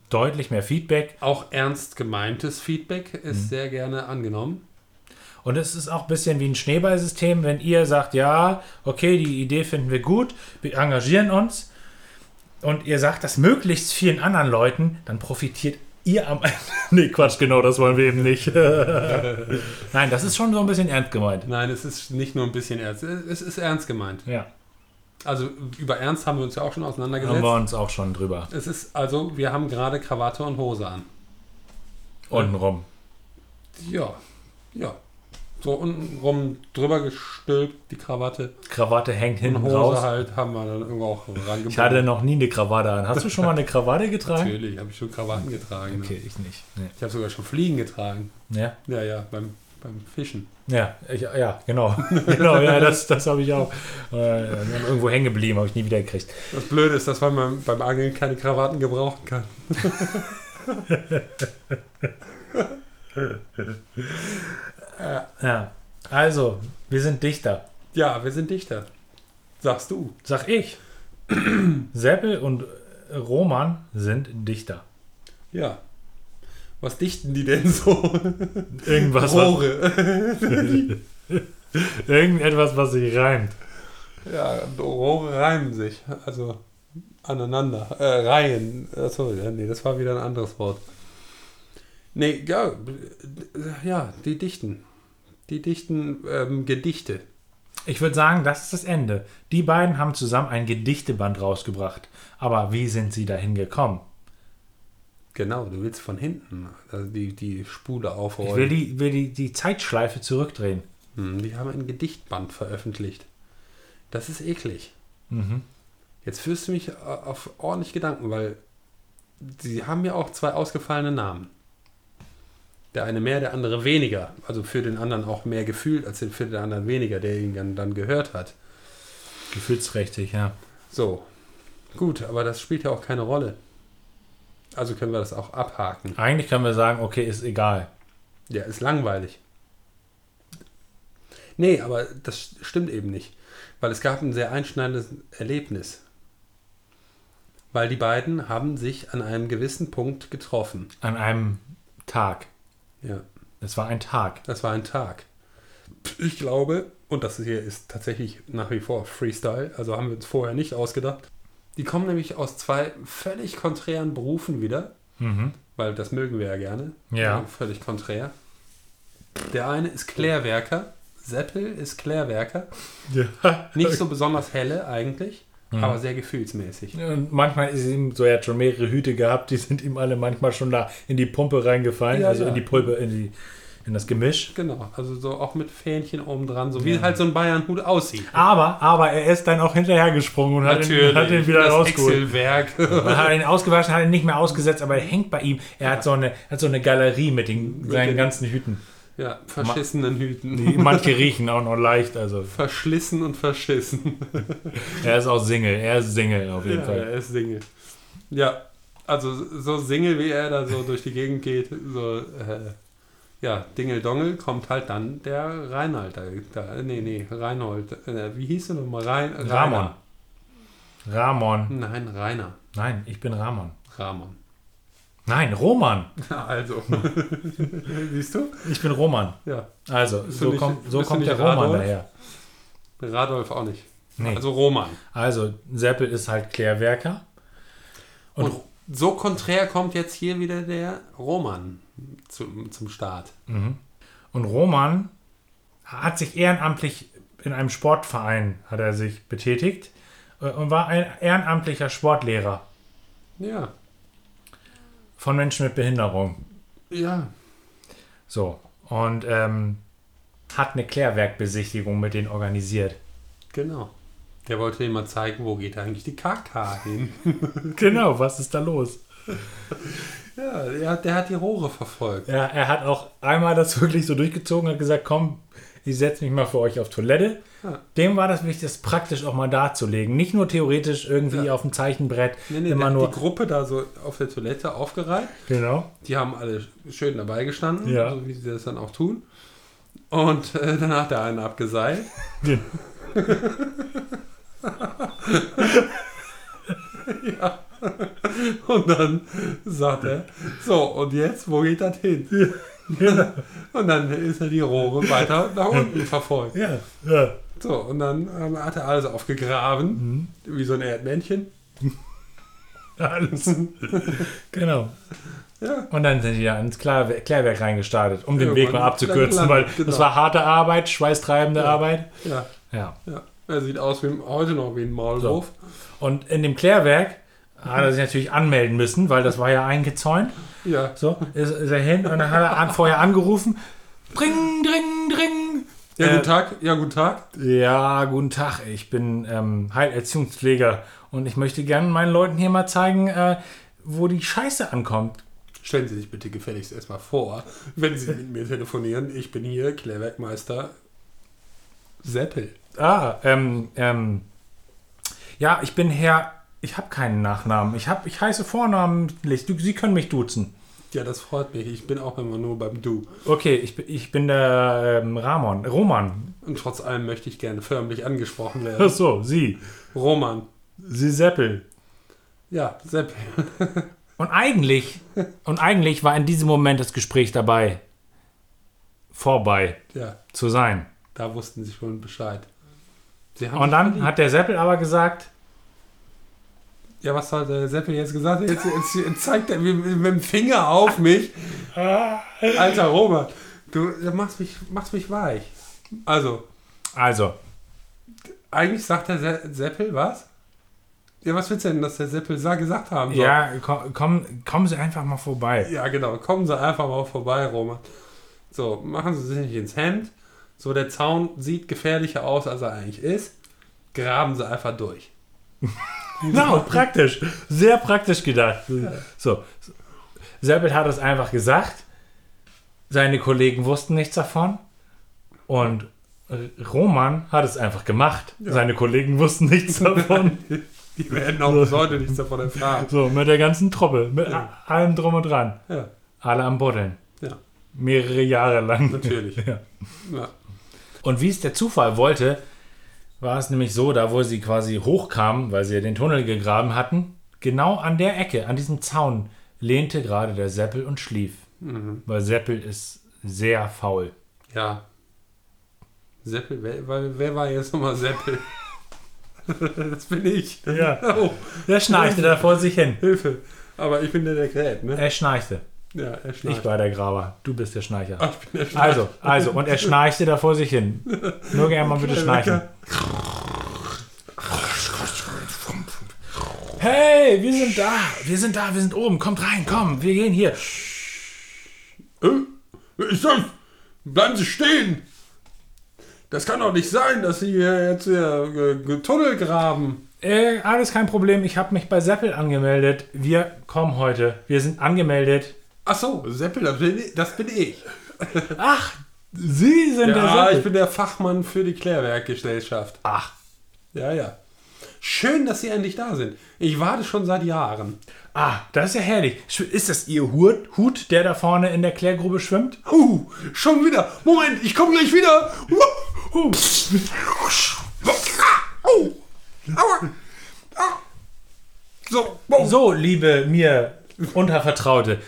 Deutlich mehr Feedback.
Auch ernst gemeintes Feedback ist sehr gerne angenommen.
Und es ist auch ein bisschen wie ein Schneeballsystem, wenn ihr sagt, ja, okay, die Idee finden wir gut, wir engagieren uns und ihr sagt das möglichst vielen anderen Leuten, dann profitiert ihr am Ende. nee, Quatsch, genau, das wollen wir eben nicht. Nein, das ist schon so ein bisschen ernst gemeint.
Nein, es ist nicht nur ein bisschen ernst, es ist ernst gemeint.
Ja,
Also über Ernst haben wir uns ja auch schon
haben wir
auseinandergesetzt.
uns auch schon drüber.
Es ist also, wir haben gerade Krawatte und Hose an.
Untenrum.
Ja, ja. So untenrum drüber gestülpt, die Krawatte.
Krawatte hängt
Und
hinten
Hose
raus.
halt haben wir dann irgendwo auch rangebunden.
Ich hatte noch nie eine Krawatte an. Hast du schon mal eine Krawatte getragen?
Natürlich, habe ich schon Krawatten getragen.
Okay,
Ne?
ich nicht. Nee.
Ich habe sogar schon Fliegen getragen.
Ja,
Ja, ja, beim, beim Fischen.
ja, ich, ja genau. genau, ja, das, das habe ich auch. Äh, irgendwo hängen geblieben, habe ich nie wieder gekriegt.
Das Blöde ist, dass man beim, beim Angeln keine Krawatten gebrauchen kann.
Ja. Also, wir sind Dichter.
Ja, wir sind Dichter. Sagst du.
Sag ich. Seppel und Roman sind Dichter.
Ja. Was dichten die denn so?
Irgendwas, was,
Rohre.
irgendetwas, was sich reimt.
ja, Rohre reimen sich. Also aneinander. Äh, Reihen. Achso, ja, nee, das war wieder ein anderes Wort. Nee, ja, äh, ja die dichten. Die dichten ähm, Gedichte.
Ich würde sagen, das ist das Ende. Die beiden haben zusammen ein Gedichteband rausgebracht. Aber wie sind sie dahin gekommen?
Genau, du willst von hinten also die, die Spule aufrollen.
Ich will die, will die, die Zeitschleife zurückdrehen.
Hm, Die haben ein Gedichtband veröffentlicht. Das ist eklig. Jetzt führst du mich äh, auf ordentlich Gedanken, weil sie haben ja auch zwei ausgefallene Namen. Der eine mehr, der andere weniger. Also für den anderen auch mehr gefühlt als für den anderen weniger, der ihn dann, dann gehört hat.
Gefühlsrechtlich, ja.
So. Gut, aber das spielt ja auch keine Rolle. Also können wir das auch abhaken.
Eigentlich können wir sagen, okay, ist egal.
Ja, ist langweilig. Nee, aber das stimmt eben nicht. Weil es gab ein sehr einschneidendes Erlebnis. Weil die beiden haben sich an einem gewissen Punkt getroffen.
An einem Tag.
Ja,
Es war ein Tag.
das war ein Tag. Ich glaube, und das hier ist tatsächlich nach wie vor Freestyle, also haben wir uns vorher nicht ausgedacht. Die kommen nämlich aus zwei völlig konträren Berufen wieder,
Mhm.
weil das mögen wir ja gerne.
Ja.
Völlig konträr. Der eine ist Klärwerker. Seppel ist Klärwerker.
Ja.
Nicht so besonders helle eigentlich,
Mhm.
aber sehr gefühlsmäßig.
Und manchmal ist ihm, so er hat schon mehrere Hüte gehabt, die sind ihm alle manchmal schon da in die Pumpe reingefallen,
Ja,
also
ja.
in die Pulpe, in, die, in das Gemisch.
Genau, also so auch mit Fähnchen oben dran, so wie halt so ein Bayernhut aussieht.
Aber, aber er ist dann auch hinterhergesprungen und Ah, hat ihn, hat ihn wieder
das
rausgeholt.
Excel-Werk.
Man hat ihn ausgewaschen, hat ihn nicht mehr ausgesetzt, aber er hängt bei ihm. Er hat so eine, hat so eine Galerie mit den, seinen
den-
ganzen Hüten.
ja, verschissenen Hüten.
Die manche riechen auch noch leicht, also
Verschlissen und verschissen.
er ist auch Single, er ist Single auf jeden
Ja,
Fall.
er ist Single. Ja, also so Single, wie er da so durch die Gegend geht, so, äh, ja, Dingel-Dongel kommt halt dann der Reinhold. Da, da, nee, nee, Reinhold. Äh, wie hieß er nochmal? Rein,
Ramon.
Rainer.
Ramon.
Nein, Rainer.
Nein, ich bin Ramon.
Ramon.
Nein, Roman.
Also. Siehst du?
Ich bin Roman.
Ja.
Also,
du
so,
nicht-
kommt, so
bist du
kommt
nicht
der Roman
Radolf?
daher.
Radolf auch nicht.
Nee.
Also Roman.
Also, Seppel ist halt Klärwerker. Und-
Und, so konträr kommt jetzt hier wieder der Roman zum, zum Start.
Und Roman hat sich ehrenamtlich in einem Sportverein hat er sich betätigt äh, und war ein ehrenamtlicher Sportlehrer
Ja.
von Menschen mit Behinderung.
Ja.
So. Und ähm, hat eine Klärwerkbesichtigung mit denen organisiert.
Genau. Der wollte dir mal zeigen, wo geht eigentlich die KK hin.
Genau, was ist da los?
Ja, der hat, der hat die Rohre verfolgt.
Ja, er hat auch einmal das wirklich so durchgezogen, hat gesagt, komm, ich setze mich mal für euch auf Toilette.
Ja.
Dem war das wichtig, das praktisch auch mal darzulegen. Nicht nur theoretisch irgendwie
Ja.
auf dem Zeichenbrett,
Nee, nee, der
immer
hat
nur.
die Gruppe da so auf der Toilette aufgereiht.
Genau.
Die haben alle schön dabei gestanden,
Ja.
so wie sie das dann auch tun. Und äh, dann hat der einen abgeseilt.
Ja.
ja. Und dann sagt er, so, und jetzt, wo geht das hin? Und dann ist er die Rohre weiter nach unten verfolgt.
Ja, ja.
So, und dann ähm, hat er alles aufgegraben, wie so ein Erdmännchen.
Alles. genau.
Ja.
Und dann sind die da ins Klär Klärwerk reingestartet, um den
Irgendwann
Weg mal abzukürzen,
gelandet,
weil
genau.
das war harte Arbeit, schweißtreibende
Ja.
Arbeit.
Ja,
Ja.
ja. Er sieht aus wie heute noch wie ein Maulwurf.
Und in dem Klärwerk hat er sich natürlich anmelden müssen, weil das war ja eingezäunt.
Ja.
So, ist, ist er hin und dann hat er an, vorher angerufen. Dring, dring, dring.
Ja,
Äh,
guten Tag. Ja, guten Tag.
Ja, guten Tag. Ich bin ähm, Heilerziehungspfleger und ich möchte gerne meinen Leuten hier mal zeigen, äh, wo die Scheiße ankommt.
Stellen Sie sich bitte gefälligst erstmal vor, wenn Sie mit mir telefonieren. Ich bin hier Klärwerkmeister Seppel.
Ah, ähm, ähm. Ja, ich bin Herr. Ich habe keinen Nachnamen. Ich, hab, ich heiße Vornamen. Du, Sie können mich duzen.
Ja, das freut mich. Ich bin auch immer nur beim Du.
Okay, ich, bin- ich bin der ähm, Ramon. Roman.
Und trotz allem möchte ich gerne förmlich angesprochen
Ach
werden.
so, sie.
Roman.
Sie Seppel.
Ja, Sepp.
Und eigentlich, und eigentlich war in diesem Moment das Gespräch dabei, vorbei
Ja,
zu sein.
da wussten sie schon Bescheid. Sie haben
Und
sich
dann
verliebt.
hat der Seppel aber gesagt,
Ja, was hat der Seppel jetzt gesagt? Jetzt, jetzt, jetzt zeigt er mit, mit dem Finger auf mich. Alter Robert, du machst mich, machst mich weich. Also,
also,
eigentlich sagt der Se Seppel was? Ja, was willst du denn, dass der Seppel sa- gesagt haben soll?
ja, ko- komm, kommen Sie einfach mal vorbei.
Ja, genau. Kommen Sie einfach mal vorbei, Roman. So, machen Sie sich nicht ins Hemd. So, der Zaun sieht gefährlicher aus, als er eigentlich ist. Graben Sie einfach durch.
Genau, praktisch. Sehr praktisch gedacht. So, Seppel hat es einfach gesagt. Seine Kollegen wussten nichts davon. Und Roman hat es einfach gemacht. Seine Kollegen wussten nichts davon.
Die werden auch bis heute nichts davon erfahren.
So, mit der ganzen Truppe, mit a- allem drum und dran.
Ja,
Alle am Buddeln.
Ja.
Mehrere Jahre lang.
natürlich.
Ja.
Ja.
Und wie es der Zufall wollte, war es nämlich so, da wo sie quasi hochkamen, weil sie ja den Tunnel gegraben hatten, genau an der Ecke, an diesem Zaun, lehnte gerade der Seppel und schlief.
Mhm.
Weil Seppel ist sehr faul.
Ja. Seppel, wer, wer, wer war jetzt nochmal Seppel? das bin ich.
Ja.
Oh,
Er schnarchte da vor sich hin.
Hilfe. Aber ich bin der, der gräbt, ne?
Er schnarchte.
Ja, er schnarcht.
Ich war der Graber. Du bist der Schnarcher.
Ah, ich bin der Schnarcher.
Also, also, und er schnarchte da vor sich hin. Nur gerne mal
Äh,
bitte schnarchen. Hey, wir sind da, wir sind da, wir sind oben, kommt rein, komm, wir gehen hier.
Äh? Wer ist das? Bleiben Sie stehen! Das kann doch nicht sein, dass Sie hier jetzt hier äh, ge- Tunnel graben.
Äh, alles kein Problem, ich habe mich bei Seppel angemeldet. Wir kommen heute, wir sind angemeldet.
Ach so, Seppel, das bin ich. Das bin ich.
Ach, Sie sind
Ja,
der
ich
Seppel.
bin der Fachmann für die Klärwerkgesellschaft.
Ach,
Ja, ja. Schön, dass Sie endlich da sind. Ich warte schon seit Jahren.
ah, das ist ja herrlich. Sch- Ist das Ihr Hut, Hut, der da vorne in der Klärgrube schwimmt?
Uh, schon wieder. Moment, ich komme gleich wieder. Uh, uh. Ah, au. Aua. Ah. So, wow.
So, liebe mir Untervertraute,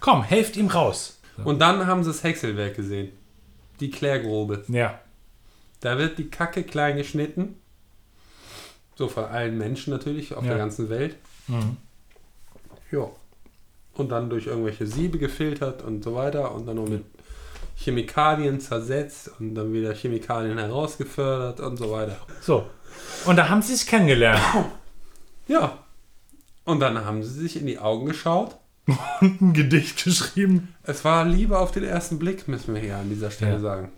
komm, helft ihm raus.
Und dann haben sie das Häckselwerk gesehen. Die Klärgrube.
Ja,
Da wird die Kacke klein geschnitten. So von allen Menschen natürlich, auf
Ja.
der ganzen Welt. Ja. Und dann durch irgendwelche Siebe gefiltert und so weiter. Und dann noch mit Chemikalien zersetzt und dann wieder Chemikalien herausgefördert und so weiter.
so. Und da haben Sie sich kennengelernt.
Ja. Und dann haben sie sich in die Augen geschaut.
Und ein Gedicht geschrieben.
Es war Liebe auf den ersten Blick, müssen wir hier an dieser Stelle
Ja.
sagen.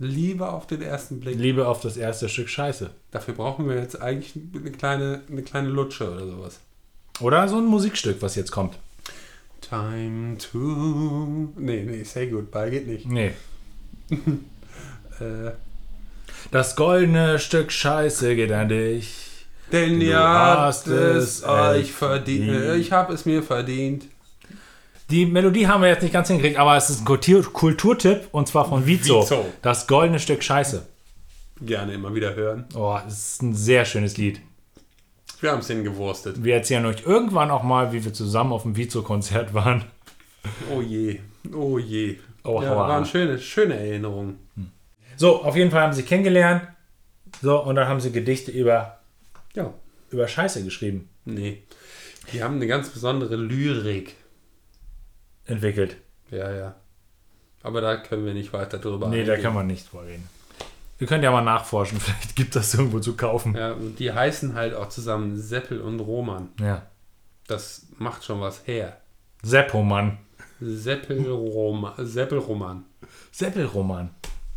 Liebe auf den ersten Blick.
Liebe auf das erste Stück Scheiße.
Dafür brauchen wir jetzt eigentlich eine kleine, eine kleine Lutsche oder sowas.
Oder so ein Musikstück, was jetzt kommt.
Time to. Nee, nee, say goodbye geht nicht.
Nee.
Äh,
Das goldene Stück Scheiße geht an dich.
denn
Du
ihr habt
hast
es
es
euch
echt
verdient.
verdient.
Ich hab es mir verdient.
Die Melodie haben wir jetzt nicht ganz hingekriegt, aber es ist ein Kultur Kulturtipp und zwar von Vizo.
Vizo.
Das goldene Stück Scheiße.
Gerne immer wieder hören.
Oh, es ist ein sehr schönes Lied.
Wir haben es hingewurstet.
Wir erzählen euch irgendwann auch mal, wie wir zusammen auf dem Vizo-Konzert waren.
Oh je, oh je.
Oh,
ja,
aua.
waren schöne, schöne Erinnerungen.
So, auf jeden Fall haben sie sich kennengelernt. So, und dann haben sie Gedichte über,
Ja,
über Scheiße geschrieben,
nee. Die haben eine ganz besondere Lyrik.
entwickelt.
Ja, ja. Aber da können wir nicht weiter drüber
Nee, da
eingehen.
kann man nicht drüber reden. Wir können ja mal nachforschen, vielleicht gibt das irgendwo zu kaufen.
Ja, und die heißen halt auch zusammen Seppel und Roman.
Ja.
Das macht schon was her.
Seppo-Mann.
Seppelroman. Seppelroman.
Seppelroman.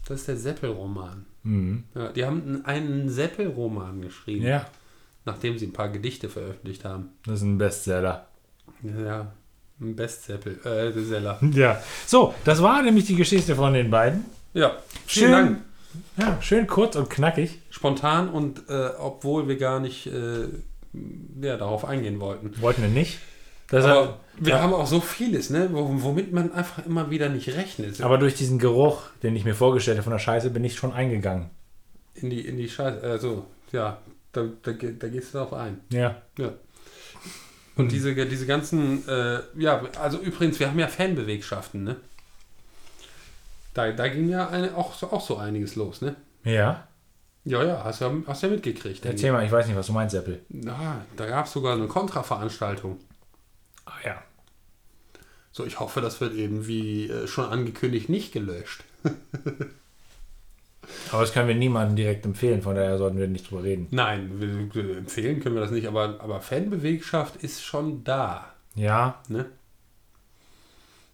Das ist der Seppelroman.
Mhm.
Ja, die haben einen Seppelroman geschrieben,
Ja,
nachdem sie ein paar Gedichte veröffentlicht haben.
das ist ein Bestseller.
Ja, ein Bestseppel. Äh, Seller.
Ja. So, das war nämlich die Geschichte von den beiden.
Ja, vielen
Schön.
Dank.
Ja, schön kurz und knackig.
Spontan und äh, obwohl wir gar nicht äh, ja, darauf eingehen wollten.
Wollten wir nicht. Dass
Aber
aber,
wir
Also, ja.
haben auch so vieles, ne? wo- womit man einfach immer wieder nicht rechnet.
er, aber durch diesen Geruch, den ich mir vorgestellt habe von der Scheiße, bin ich schon eingegangen.
In die, in die Scheiße, also, ja, da, da, ge- da gehst du drauf ein.
Ja.
Ja.
Hm.
Und diese, diese ganzen, äh, ja, also übrigens, wir haben ja Fanbewegschaften, ne? Da, da ging ja eine, auch, so- auch so einiges los, ne?
Ja.
Ja, ja, hast ja, hast ja mitgekriegt.
Erzähl mal, ich weiß nicht, was du meinst, Apple.
Na, da gab es sogar eine Kontraveranstaltung.
Ah ja.
So, ich hoffe, das wird eben wie äh, schon angekündigt nicht gelöscht.
Aber das können wir niemandem direkt empfehlen, von daher sollten wir nicht drüber reden.
Nein, wir, wir empfehlen können wir das nicht, aber, aber Fanbewegschaft ist schon da.
Ja.
Ne?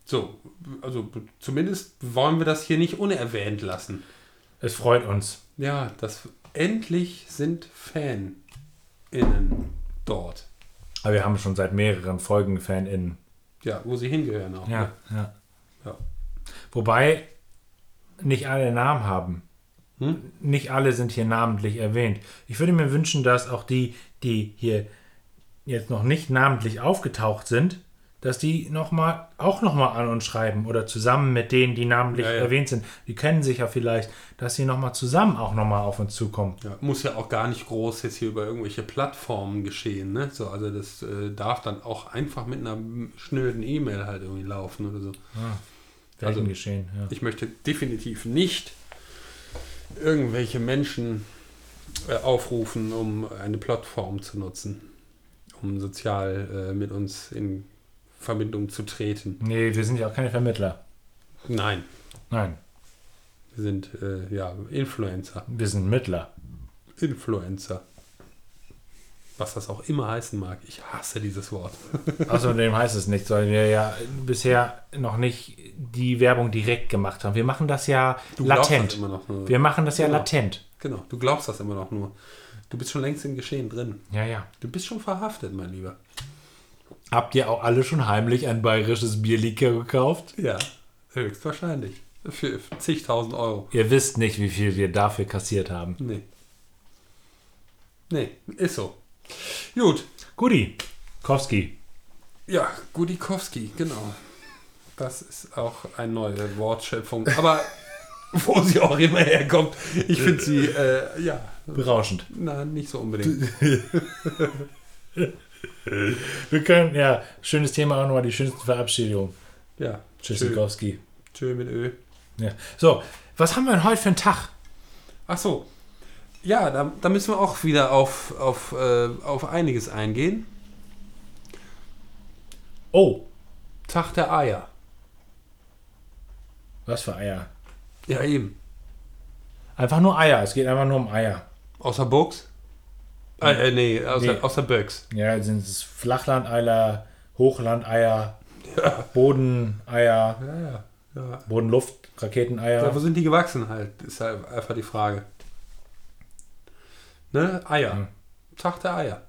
So, also b- zumindest wollen wir das hier nicht unerwähnt lassen.
Es freut uns.
Ja, das endlich sind FanInnen dort.
Aber wir haben schon seit mehreren Folgen FanInnen.
Ja, wo sie hingehören auch. Ne?
ja.
Ja.
Wobei nicht alle Namen haben.
Hm?
Nicht alle sind hier namentlich erwähnt. Ich würde mir wünschen, dass auch die, die hier jetzt noch nicht namentlich aufgetaucht sind, dass die noch mal, auch nochmal an uns schreiben oder zusammen mit denen, die namentlich
Ja, ja.
erwähnt sind. Die kennen sich ja vielleicht, dass sie nochmal zusammen auch nochmal auf uns zukommen.
Ja, muss ja auch gar nicht groß jetzt hier über irgendwelche Plattformen geschehen. Ne? So, also das äh, darf dann auch einfach mit einer schnöden E-Mail halt irgendwie laufen oder so.
Welchen
Also-
geschehen. Ja.
Ich möchte definitiv nicht irgendwelche Menschen äh, aufrufen, um eine Plattform zu nutzen, um sozial äh, mit uns in Verbindung zu treten.
Nee, wir sind ja auch keine Vermittler.
Nein,
Nein,
wir sind äh, ja Influencer.
wir sind Mittler.
Influencer. Was das auch immer heißen mag. Ich hasse dieses Wort.
Außerdem heißt es nichts, weil wir ja bisher noch nicht die Werbung direkt gemacht haben. Wir machen das ja
glaubst
latent.
Das immer noch nur.
Wir machen das ja
Genau.
latent.
genau, du glaubst das immer noch nur. Du bist schon längst im Geschehen drin.
Ja, ja.
Du bist schon verhaftet, mein Lieber.
Habt ihr auch alle schon heimlich ein bayerisches Bierlikör gekauft?
Ja, höchstwahrscheinlich. Für zigtausend Euro.
Ihr wisst nicht, wie viel wir dafür kassiert haben.
Nee. Nee, ist so. Gut.
Guti, Kowski.
Ja, Gudikowski, genau. Das ist auch eine neue Wortschöpfung. Aber wo sie auch immer herkommt, ich finde sie, äh, ja,
Berauschend.
na, nicht so unbedingt.
Wir können, ja, schönes Thema auch nochmal, die schönsten Verabschiedungen.
Ja,
Tschüss,
Tschö.
Kowski.
tschö mit Ö.
Ja. So, was haben wir denn heute für einen Tag?
Ach so. Ja, da, da müssen wir auch wieder auf, auf, äh, auf einiges eingehen.
Oh,
Tag der Eier.
was für Eier.
Ja, eben.
Einfach nur Eier. Es geht einfach nur um Eier.
Außer Buchs? Äh, äh, nee, außer,
Nee.
außer Böcks.
Ja, sind es Flachlandeier, Hochlandeier, Bodeneier,
Ja, ja. ja.
Bodenluft, Raketeneier.
wo sind die gewachsen halt? Ist halt einfach die Frage. Ne? Eier.
Hm.
Tag der Eier.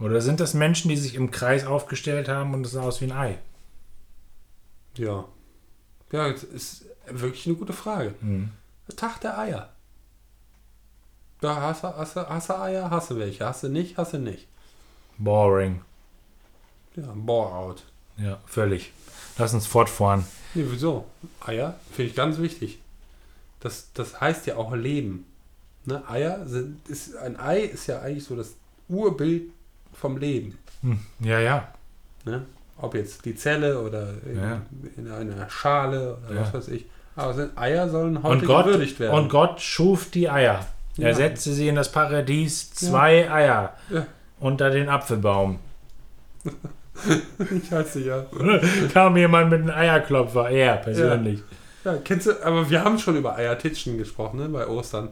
Oder sind das Menschen, die sich im Kreis aufgestellt haben und es sah aus wie ein Ei?
Ja. Ja, das ist wirklich eine gute Frage. Tag der Eier. Da hast du, hast, du, hast du Eier, hast du welche. Hast du nicht, hast du nicht.
Boring.
Ja, Bore-out.
Ja, völlig. Lass uns fortfahren.
Nee, wieso? Eier finde ich ganz wichtig. Das, das heißt ja auch Leben. Ne? Eier sind, ist, ein Ei ist ja eigentlich so das Urbild vom Leben.
Hm. Ja, ja.
Ne? Ob jetzt die Zelle oder in,
Ja.
in einer Schale oder
Ja.
was weiß ich. Aber sind, Eier sollen heute
Und Gott,
gewürdigt werden.
und Gott schuf die Eier.
Ja.
Er setzte sie in das Paradies zwei Eier
Ja.
unter den Apfelbaum.
ich hasse ja.
Kam jemand mit einem Eierklopfer, er persönlich.
ja. Kennst du, aber wir haben schon über Eiertitschen gesprochen, ne? Bei Ostern.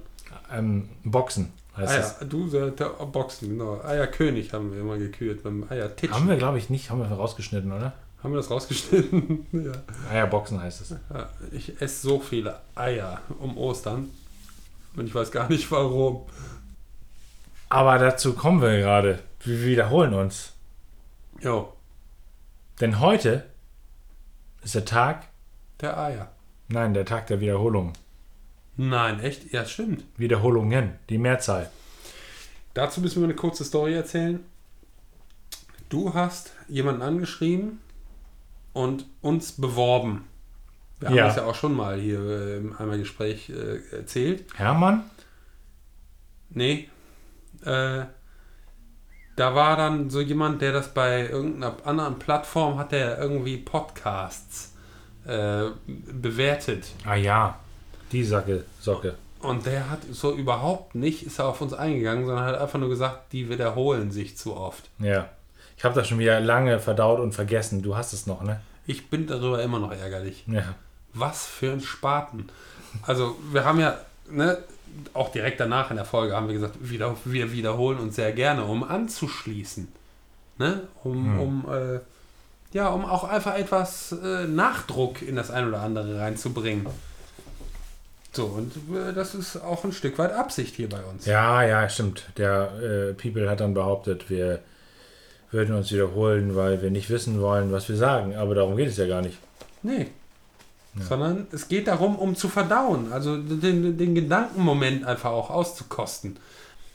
Ähm, Boxen heißt das.
Eier, du, der, der Boxen, genau. Eierkönig haben wir immer gekürt beim Eiertitschen.
Haben wir, glaube ich, nicht. Haben wir rausgeschnitten, oder?
haben wir das rausgeschnitten? ja.
Eierboxen heißt es.
Ja, Ich esse so viele Eier um Ostern und ich weiß gar nicht warum.
Aber dazu kommen wir gerade. Wir wiederholen uns.
Jo,
Denn heute ist der Tag,
der Eier.
nein, der Tag der Wiederholung.
Nein, echt? Ja, stimmt.
Wiederholungen, die Mehrzahl.
Dazu müssen wir eine kurze Story erzählen. Du hast jemanden angeschrieben und uns beworben. Wir
Ja.
haben das ja auch schon mal hier äh, im einmal Gespräch äh, erzählt.
Hermann?
Nee. Äh, da war dann so jemand, der das bei irgendeiner anderen Plattform hat, der irgendwie Podcasts äh, bewertet.
Ah ja, die Sacke, Socke.
Und der hat so überhaupt nicht, ist er auf uns eingegangen, sondern hat einfach nur gesagt, die wiederholen sich zu oft.
Ja. Ich habe das schon wieder lange verdaut und vergessen. Du hast es noch, ne?
Ich bin darüber immer noch ärgerlich.
Ja.
Was für ein Spaten. Also wir haben ja, ne, auch direkt danach in der Folge haben wir gesagt, wieder, wir wiederholen uns sehr gerne, um anzuschließen. Ne? Um,
Hm.
um, äh, ja, um auch einfach etwas äh, Nachdruck in das ein oder andere reinzubringen. So, und äh, das ist auch ein Stück weit Absicht hier bei uns.
Ja, ja, stimmt. Der äh, People hat dann behauptet, wir würden uns wiederholen, weil wir nicht wissen wollen, was wir sagen. Aber darum geht es ja gar nicht.
Nee. Sondern es geht darum, um zu verdauen, also den, den Gedankenmoment einfach auch auszukosten.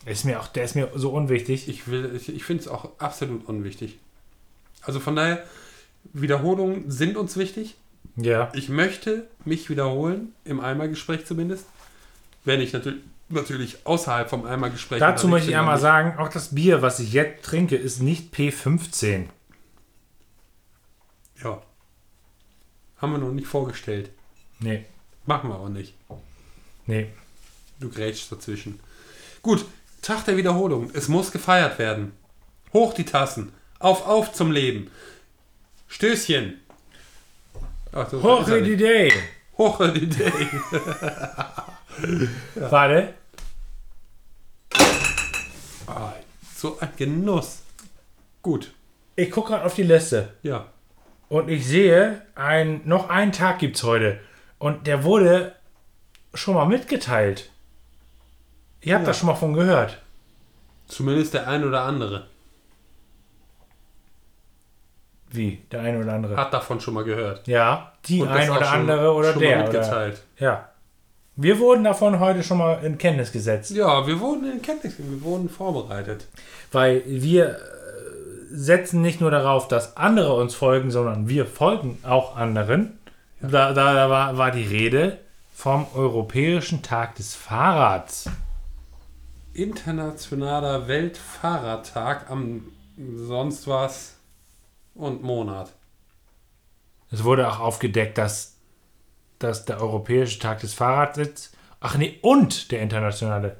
Ist mir auch, der ist mir so unwichtig.
Ich, will- ich, ich finde es auch absolut unwichtig. Also von daher, Wiederholungen sind uns wichtig.
Ja.
Ich möchte mich wiederholen, im Einmalgespräch zumindest. Wenn ich natürlich, natürlich außerhalb vom Einmalgespräch.
Dazu
unterwegs
möchte
also
ich
bin,
einmal
dann
sagen, auch das Bier, was ich jetzt trinke, ist nicht P15.
nicht. Ja. Haben wir noch nicht vorgestellt.
Nee,
Machen wir auch nicht.
nee.
Du grätschst dazwischen. Gut, Tag der Wiederholung. Es muss gefeiert werden. Hoch die Tassen. Auf, auf zum Leben. Stößchen. Ach, so,
Hoch
ist er
die
nicht.
Day.
Hoch die Idee.
Warte.
Ah, so ein Genuss. Gut,
Ich gucke gerade auf die Liste
ja.
und ich sehe, ein, noch einen Tag gibt's heute. Und der wurde schon mal mitgeteilt. Ihr habt
Ja.
das schon mal von gehört.
Zumindest der ein oder andere
Wie? Der eine oder andere.
hat davon schon mal gehört.
Ja, die
das
ein
auch
oder
schon-
andere oder
schon
der.
Mal
Oder,
mitgeteilt.
ja. Wir wurden davon heute schon mal in Kenntnis gesetzt,
Ja, wir wurden in Kenntnis, wir wurden vorbereitet.
weil wir äh, setzen nicht nur darauf, dass andere uns folgen, sondern wir folgen auch anderen. Da, da, da war, war die Rede vom Europäischen Tag des Fahrrads.
Internationaler Weltfahrertag am sonst was und Monat.
Es wurde auch aufgedeckt, dass, dass der Europäische Tag des Fahrrads ist. Ach nee, und der internationale.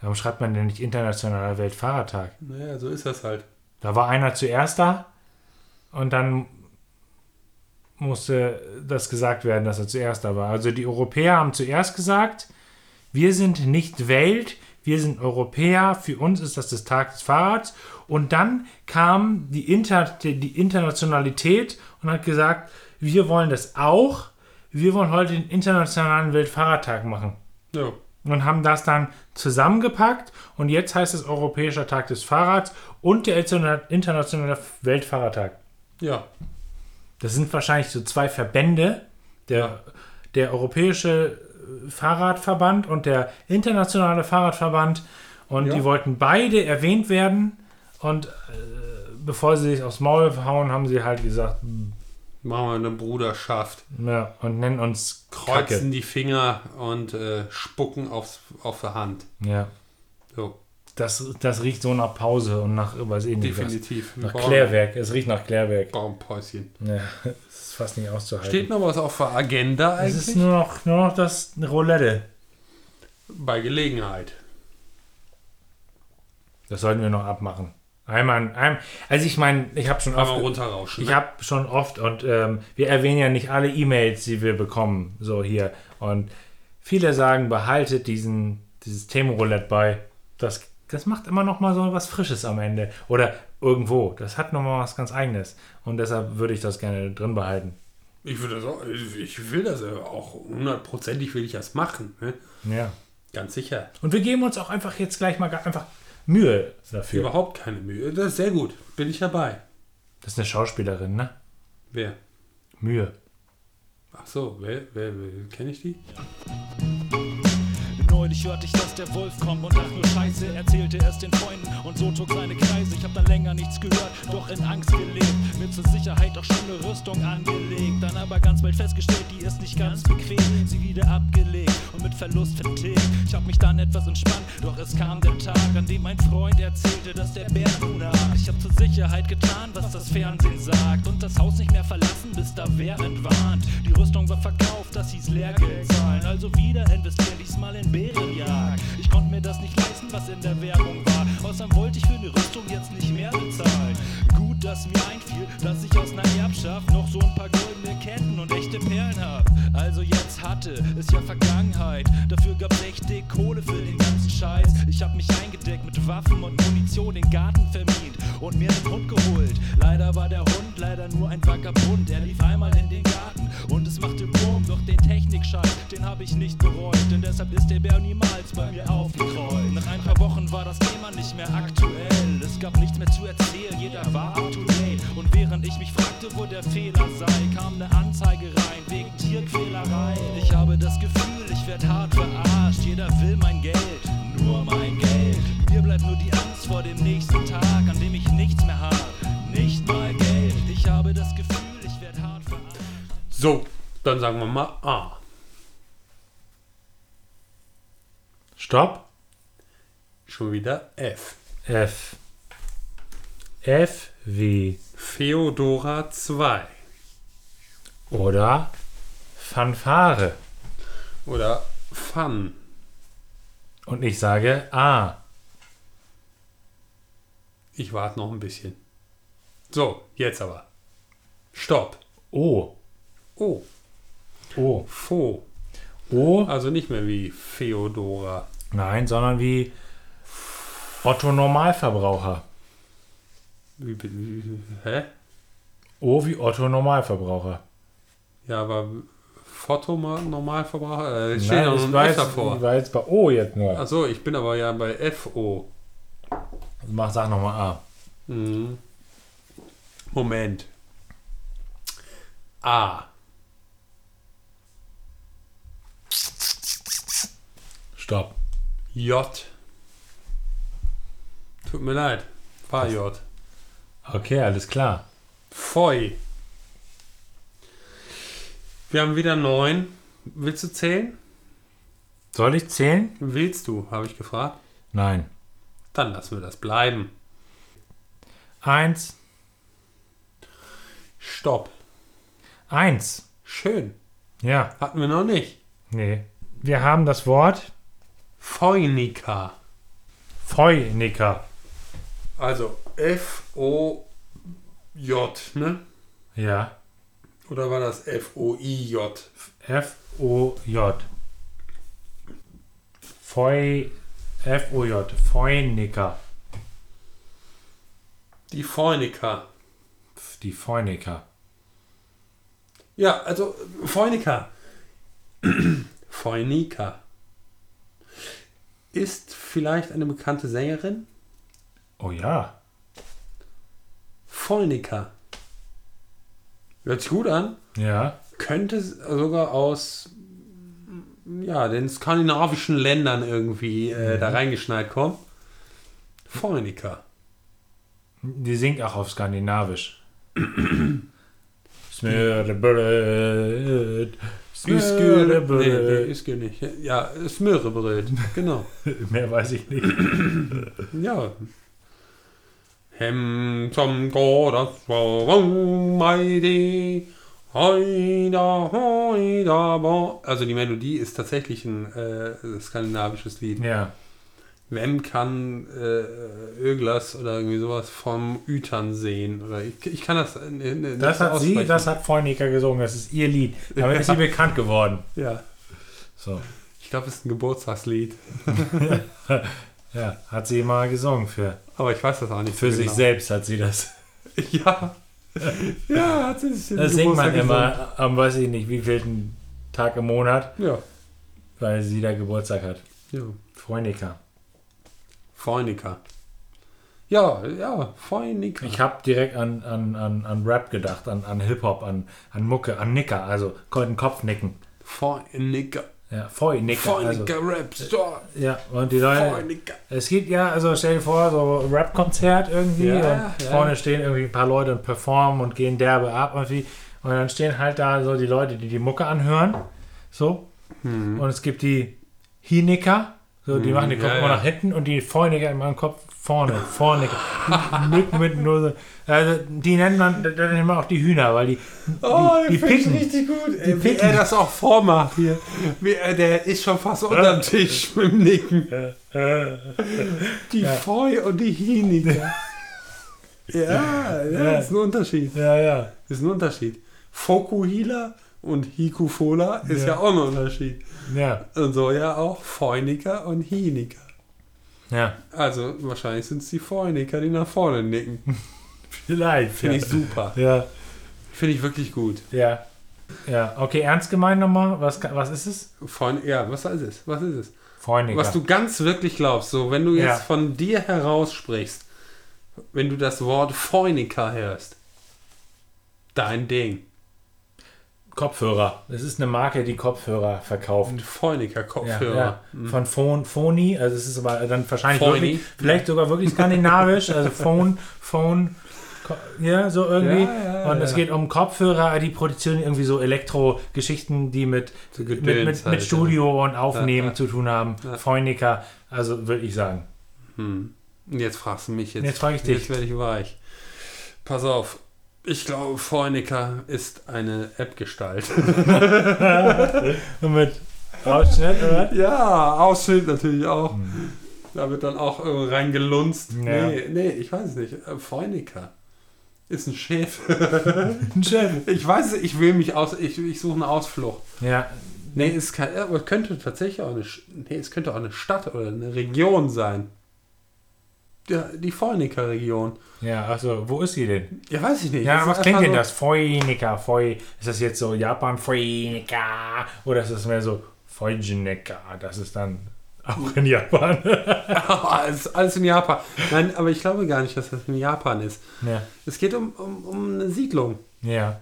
Warum schreibt man denn nicht Internationaler Weltfahrradtag?
Naja, so ist das halt.
Da war einer zuerst da und dann musste das gesagt werden, dass er zuerst da war. Also die Europäer haben zuerst gesagt, wir sind nicht Welt, wir sind Europäer, für uns ist das das Tag des Fahrrads. Und dann kam die, Inter die Internationalität und hat gesagt, wir wollen das auch, wir wollen heute den Internationalen Weltfahrradtag machen
Ja.
und haben das dann zusammengepackt und jetzt heißt es Europäischer Tag des Fahrrads und der Interna- internationale Weltfahrradtag.
Ja.
Das sind wahrscheinlich so zwei Verbände, der, der Europäische äh, Fahrradverband und der Internationale Fahrradverband und
Ja.
die wollten beide erwähnt werden und äh, bevor sie sich aufs Maul hauen, haben sie halt gesagt,
Machen wir eine Bruderschaft.
ja, und nennen uns
Kreuzen
Kacke.
die Finger und äh, spucken aufs, auf der Hand.
Ja.
So,
Das, das riecht so nach Pause und nach, äh, weiß ich nicht, was.
definitiv.
Nach
Baum-
Klärwerk. Es riecht nach Klärwerk.
Baumpäuschen.
Ja, es ist fast nicht auszuhalten.
Steht noch was auf der Agenda
es ist
eigentlich?
nur noch, nur noch das Roulette.
Bei Gelegenheit.
Das sollten wir noch abmachen. Einmal, einmal also ich meine, ich habe schon
Einmal
oft,
runterrauschen.
ich
ne?
habe schon oft und ähm, wir erwähnen ja nicht alle E-Mails, die wir bekommen, so hier. Und viele sagen, behaltet diesen, dieses Themenroulette bei. Das, das macht immer noch mal so was Frisches am Ende oder irgendwo. Das hat noch mal was ganz Eigenes und deshalb würde ich das gerne drin behalten.
ich, würde das auch, ich will das ja auch hundertprozentig will ich das machen. Ne?
Ja.
Ganz sicher.
Und wir geben uns auch einfach jetzt gleich mal ga- einfach Mühe dafür.
Überhaupt keine Mühe. Das ist sehr gut. Bin ich dabei.
Das ist eine Schauspielerin, ne?
Wer?
Mühe.
Ach so, wer, wer, wer kenne ich die?
No Neulich hörte ich, dass der Wolf kommt und ach nur Scheiße, erzählte es den Freunden und so zog seine Kreise. Ich hab dann länger nichts gehört, doch in Angst gelebt. Mir zur Sicherheit auch schon eine Rüstung angelegt. Dann aber ganz bald festgestellt, die ist nicht ganz bequem. Sie wieder abgelegt und mit Verlust vertilgt. Ich hab mich dann etwas entspannt, doch es kam der Tag, an dem ein Freund erzählte, dass der Bär nun nagt. Ich hab zur Sicherheit getan, was das Fernsehen sagt. Und das Haus nicht mehr verlassen, bis da wer entwarnt. Die Rüstung war verkauft, das hieß Lehrgeld zahlen. Also wieder investieren, diesmal in Bärenjagd. Ich konnte mir das nicht leisten, was in der Werbung war. Außerdem wollte ich für eine Rüstung jetzt nicht mehr bezahlen. Gut, dass mir einfiel, dass ich aus einer Erbschaft noch so ein paar goldene Ketten und echte Perlen hab. Also jetzt hatte, ist ja Vergangenheit. Dafür gab's echt dick Kohle für den ganzen Scheiß. Ich hab mich eingedeckt mit Waffen und Munition, den Garten vermint und mir einen Hund geholt. Leider war der Hund leider nur ein Vagabund. Er lief einmal in den Garten und es machte Wurm. Doch den Technikscheiß, den hab ich nicht bereut. Denn deshalb ist der Bär niemals bei mir aufgekreuzt. Nach ein paar Wochen war das Thema nicht mehr aktuell. Es gab nichts mehr zu erzählen, jeder war up to date. Und während ich mich fragte, wo der Fehler sei, kam eine Anzeige rein wegen Tierquälerei. Ich habe das Gefühl, ich werd hart verarscht. Jeder will mein Geld, nur mein Geld. Mir bleibt nur die Angst vor dem nächsten Tag, an dem ich nichts mehr habe. Nicht mal Geld. Ich habe das Gefühl, ich werd hart verarscht.
So, dann sagen wir mal A.
Stopp.
Schon wieder F.
F. F wie
Feodora 2.
oder Fanfare.
Oder Fun.
Und ich sage A.
Ich warte noch ein bisschen. So, jetzt aber. Stopp.
O.
Oh,
O.
Fo.
O.
Also nicht mehr wie Feodora.
Nein, sondern wie Otto Normalverbraucher.
Wie, wie, wie- hä?
O wie Otto Normalverbraucher.
Ja, aber Foto Normalverbraucher? Äh, es steht
Nein,
ja noch
ich
ein
war
F
jetzt, ich
davor. Also
war jetzt bei O jetzt nur.
Achso, ich bin aber ja bei FO.
Mach, sag nochmal A.
Mhm. Moment. A.
Stopp.
J. Tut mir leid. War J.
Okay, alles klar.
Feu. Wir haben wieder neun. Willst du zählen?
Soll ich zählen?
Willst du, habe ich gefragt.
Nein.
Dann lassen wir das bleiben.
Eins.
Stopp.
Eins.
Schön.
Ja.
Hatten wir noch nicht.
Nee. Wir haben das Wort
Feunika.
Feunicker.
Also F-O-J, ne?
Ja.
Oder war das F-O-I-J?
F-O-J. Feu. F-O-J. Feunicker.
Die Feunika.
Pf, Die Feunicker.
Ja, also Feunika. Feunika. Ist vielleicht eine bekannte Sängerin?
Oh ja.
Feunika. Hört sich gut an.
Ja.
Könnte s- sogar aus ja, den skandinavischen Ländern irgendwie äh, da reingeschneit kommen. Feunika.
Die singt auch auf Skandinavisch.
Nee,
Smørrebrød.
nee,
Smørrebrød.
ist geht nicht. Ja, Smörebröt, genau.
Mehr weiß ich nicht.
Ja. Hem zum Korazon, Heidi, Heida, Heida, bo. Also die Melodie ist tatsächlich ein äh, skandinavisches Lied.
Ja.
Wem kann äh, Öglas oder irgendwie sowas vom Ütern sehen? Oder ich, ich kann das äh, ne- ne- nicht
Das hat sie,
aussprechen.
das hat Feunicker gesungen. Das ist ihr Lied. Damit ist sie bekannt geworden.
Ja.
So.
Ich glaube, es ist ein Geburtstagslied.
Ja, hat sie mal gesungen für,
Aber ich weiß das auch nicht.
für
so
sich selbst hat sie das.
selbst. Ja. Ja, hat sie sich
Das singt man
Geburtstag gesungen.
immer am, weiß ich nicht, wievielten Tag im Monat,
Ja.
weil sie da Geburtstag hat.
ja.
Freunica.
Feunika. Ja, ja, Feunika.
Ich habe direkt an, an, an, an Rap gedacht, an, an Hip-Hop, an, an Mucke, an Nicker, also den Kopf nicken.
Feunika.
Ja, Feunicker. Also,
Feuniger Rap Store.
ja, und die Leute.
Feuniger.
Es gibt ja, also stell dir vor, so ein Rap-Konzert irgendwie
Ja,
und
ja.
vorne stehen irgendwie ein paar Leute und performen und gehen derbe ab irgendwie. Und dann stehen halt da so die Leute, die die Mucke anhören. So. Und es gibt die Hiniker, so, die
Mhm,
machen den Kopf
ja,
immer
ja.
nach hinten und die Vornicker machen den Kopf vorne, vorne. Mücken mit nur so. Also die nennt man dann nennt man auch die Hühner, weil die,
Oh,
die, die
den finde ich
picken.
richtig gut. Ey, wie
picken.
er das auch vormacht hier. Wie er, der ist schon fast unterm Tisch mit dem Nicken.
äh,
Die
Ja.
Feu und die Hiniker. Ja, ja,
Ja.
ist ein Unterschied.
Ja, ja.
Ist ein Unterschied. Fokuhila und Hikufola ist
Ja.
ja. auch ein Unterschied.
Ja,
Und so ja auch Feuniker und Hiniker.
ja.
Also wahrscheinlich sind es die Feuniker, die nach vorne nicken.
Vielleicht.
Finde
ja.
ich super.
Ja.
Finde ich wirklich gut.
Ja. Ja, okay, ernst gemeint nochmal. Was, ka- was ist es?
Feun ja, was ist es? Was ist es?
Freuniger.
Was du ganz wirklich glaubst, so wenn du jetzt
Ja.
von dir heraus sprichst, wenn du das Wort Feunika hörst, dein Ding.
Kopfhörer. Es ist eine Marke, die Kopfhörer verkauft.
Ein Feunika-Kopfhörer.
Ja, ja. Von Phone, Phony, also es ist aber dann wahrscheinlich
Hm. Phony.
wirklich, vielleicht sogar wirklich skandinavisch, also Phone, Phone, Ko- ja, so irgendwie.
Ja, ja,
und es
ja.
geht um Kopfhörer, die produzieren irgendwie so Elektro-Geschichten, die mit,
So
mit,
Gedöns
mit, mit
halt,
Studio und Aufnehmen
Ja, ja.
zu tun haben.
Ja.
Phoniker, also würde ich sagen.
Hm. Und jetzt fragst du mich jetzt.
Jetzt frag ich dich.
Jetzt werde ich weich. Pass auf. Ich glaube, Feunika ist eine App-Gestalt.
Und mit Ausschnitt, oder?
ja, Ausschild natürlich auch. Hm. Da wird dann auch irgendwo reingelunzt.
Ja.
Nee, nee, ich weiß es nicht. Feunika ist ein Schäfer.
Ein Chef.
Ich weiß es, ich will mich aus, ich, ich suche eine Ausflucht.
Ja,
Nee, es kann, aber könnte tatsächlich auch eine, Sch- nee, es könnte auch eine Stadt oder eine Region sein. Ja, die Fornica-Region.
Ja, also wo ist sie denn?
Ja, weiß ich nicht.
Ja,
Es ist
was klingt
einfach
denn
so-
das? Feunika, Feu. Ist das jetzt so Japan Feunika? Oder ist das mehr so Feujinika? Das ist dann auch in Japan.
Oh, alles, alles in Japan. Nein, aber ich glaube gar nicht, dass das in Japan ist.
ja.
Es geht um, um, um eine Siedlung.
Ja.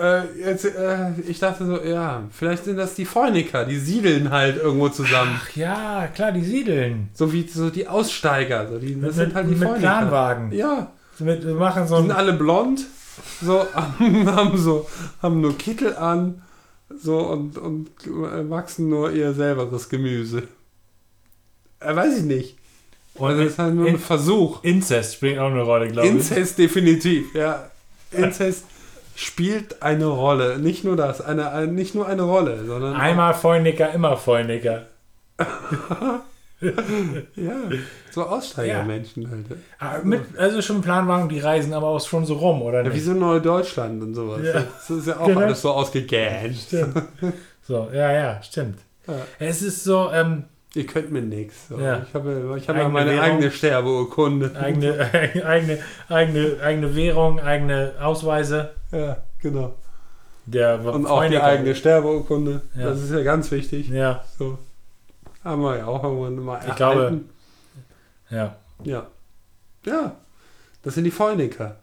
Äh, jetzt, äh, ich dachte so, ja, vielleicht sind das die Forniker, die siedeln halt irgendwo zusammen.
Ach ja, klar, die siedeln.
So wie so die Aussteiger. So die, das
Mit,
sind halt die
mit
Forniker.
Planwagen.
Ja.
Mit, wir machen so
sind
ein.
alle blond, so haben so haben nur Kittel an, so und und wachsen nur ihr selberes Gemüse. Äh, weiß ich nicht.
Und
Also das ist halt nur ein
in,
Versuch.
Inzest spielt auch eine Rolle, glaube ich.
Inzest definitiv, ja. Inzest spielt eine Rolle, nicht nur das, eine, ein- nicht nur eine Rolle, sondern auch-
Einmal Feunika, immer Feunika.
ja, so Aussteigermenschen halt.
Ah, Mit, also schon Planwagen, die reisen aber auch schon so rum, oder
Ja, wie
nicht?
so Neudeutschland und sowas.
Ja.
Das ist ja auch
Genau.
alles so ausgegähnt.
Stimmt. So, ja, ja, stimmt.
Ja.
Es ist so, ähm,
Ihr könnt mir nichts. So.
Ja.
Ich habe ich habe ja
Eigene
meine
Währung.
eigene Sterbeurkunde.
Eigene, eigene, eigene, eigene Währung, eigene Ausweise.
Ja, genau.
Der
Und auch die
Freunde-
eigene Sterbeurkunde.
Ja.
Das ist ja ganz wichtig.
Ja,
So. Haben wir ja auch irgendwann mal
Ich glaube-
erhalten.
ja,
Ja. Ja. Das sind die Feuniker.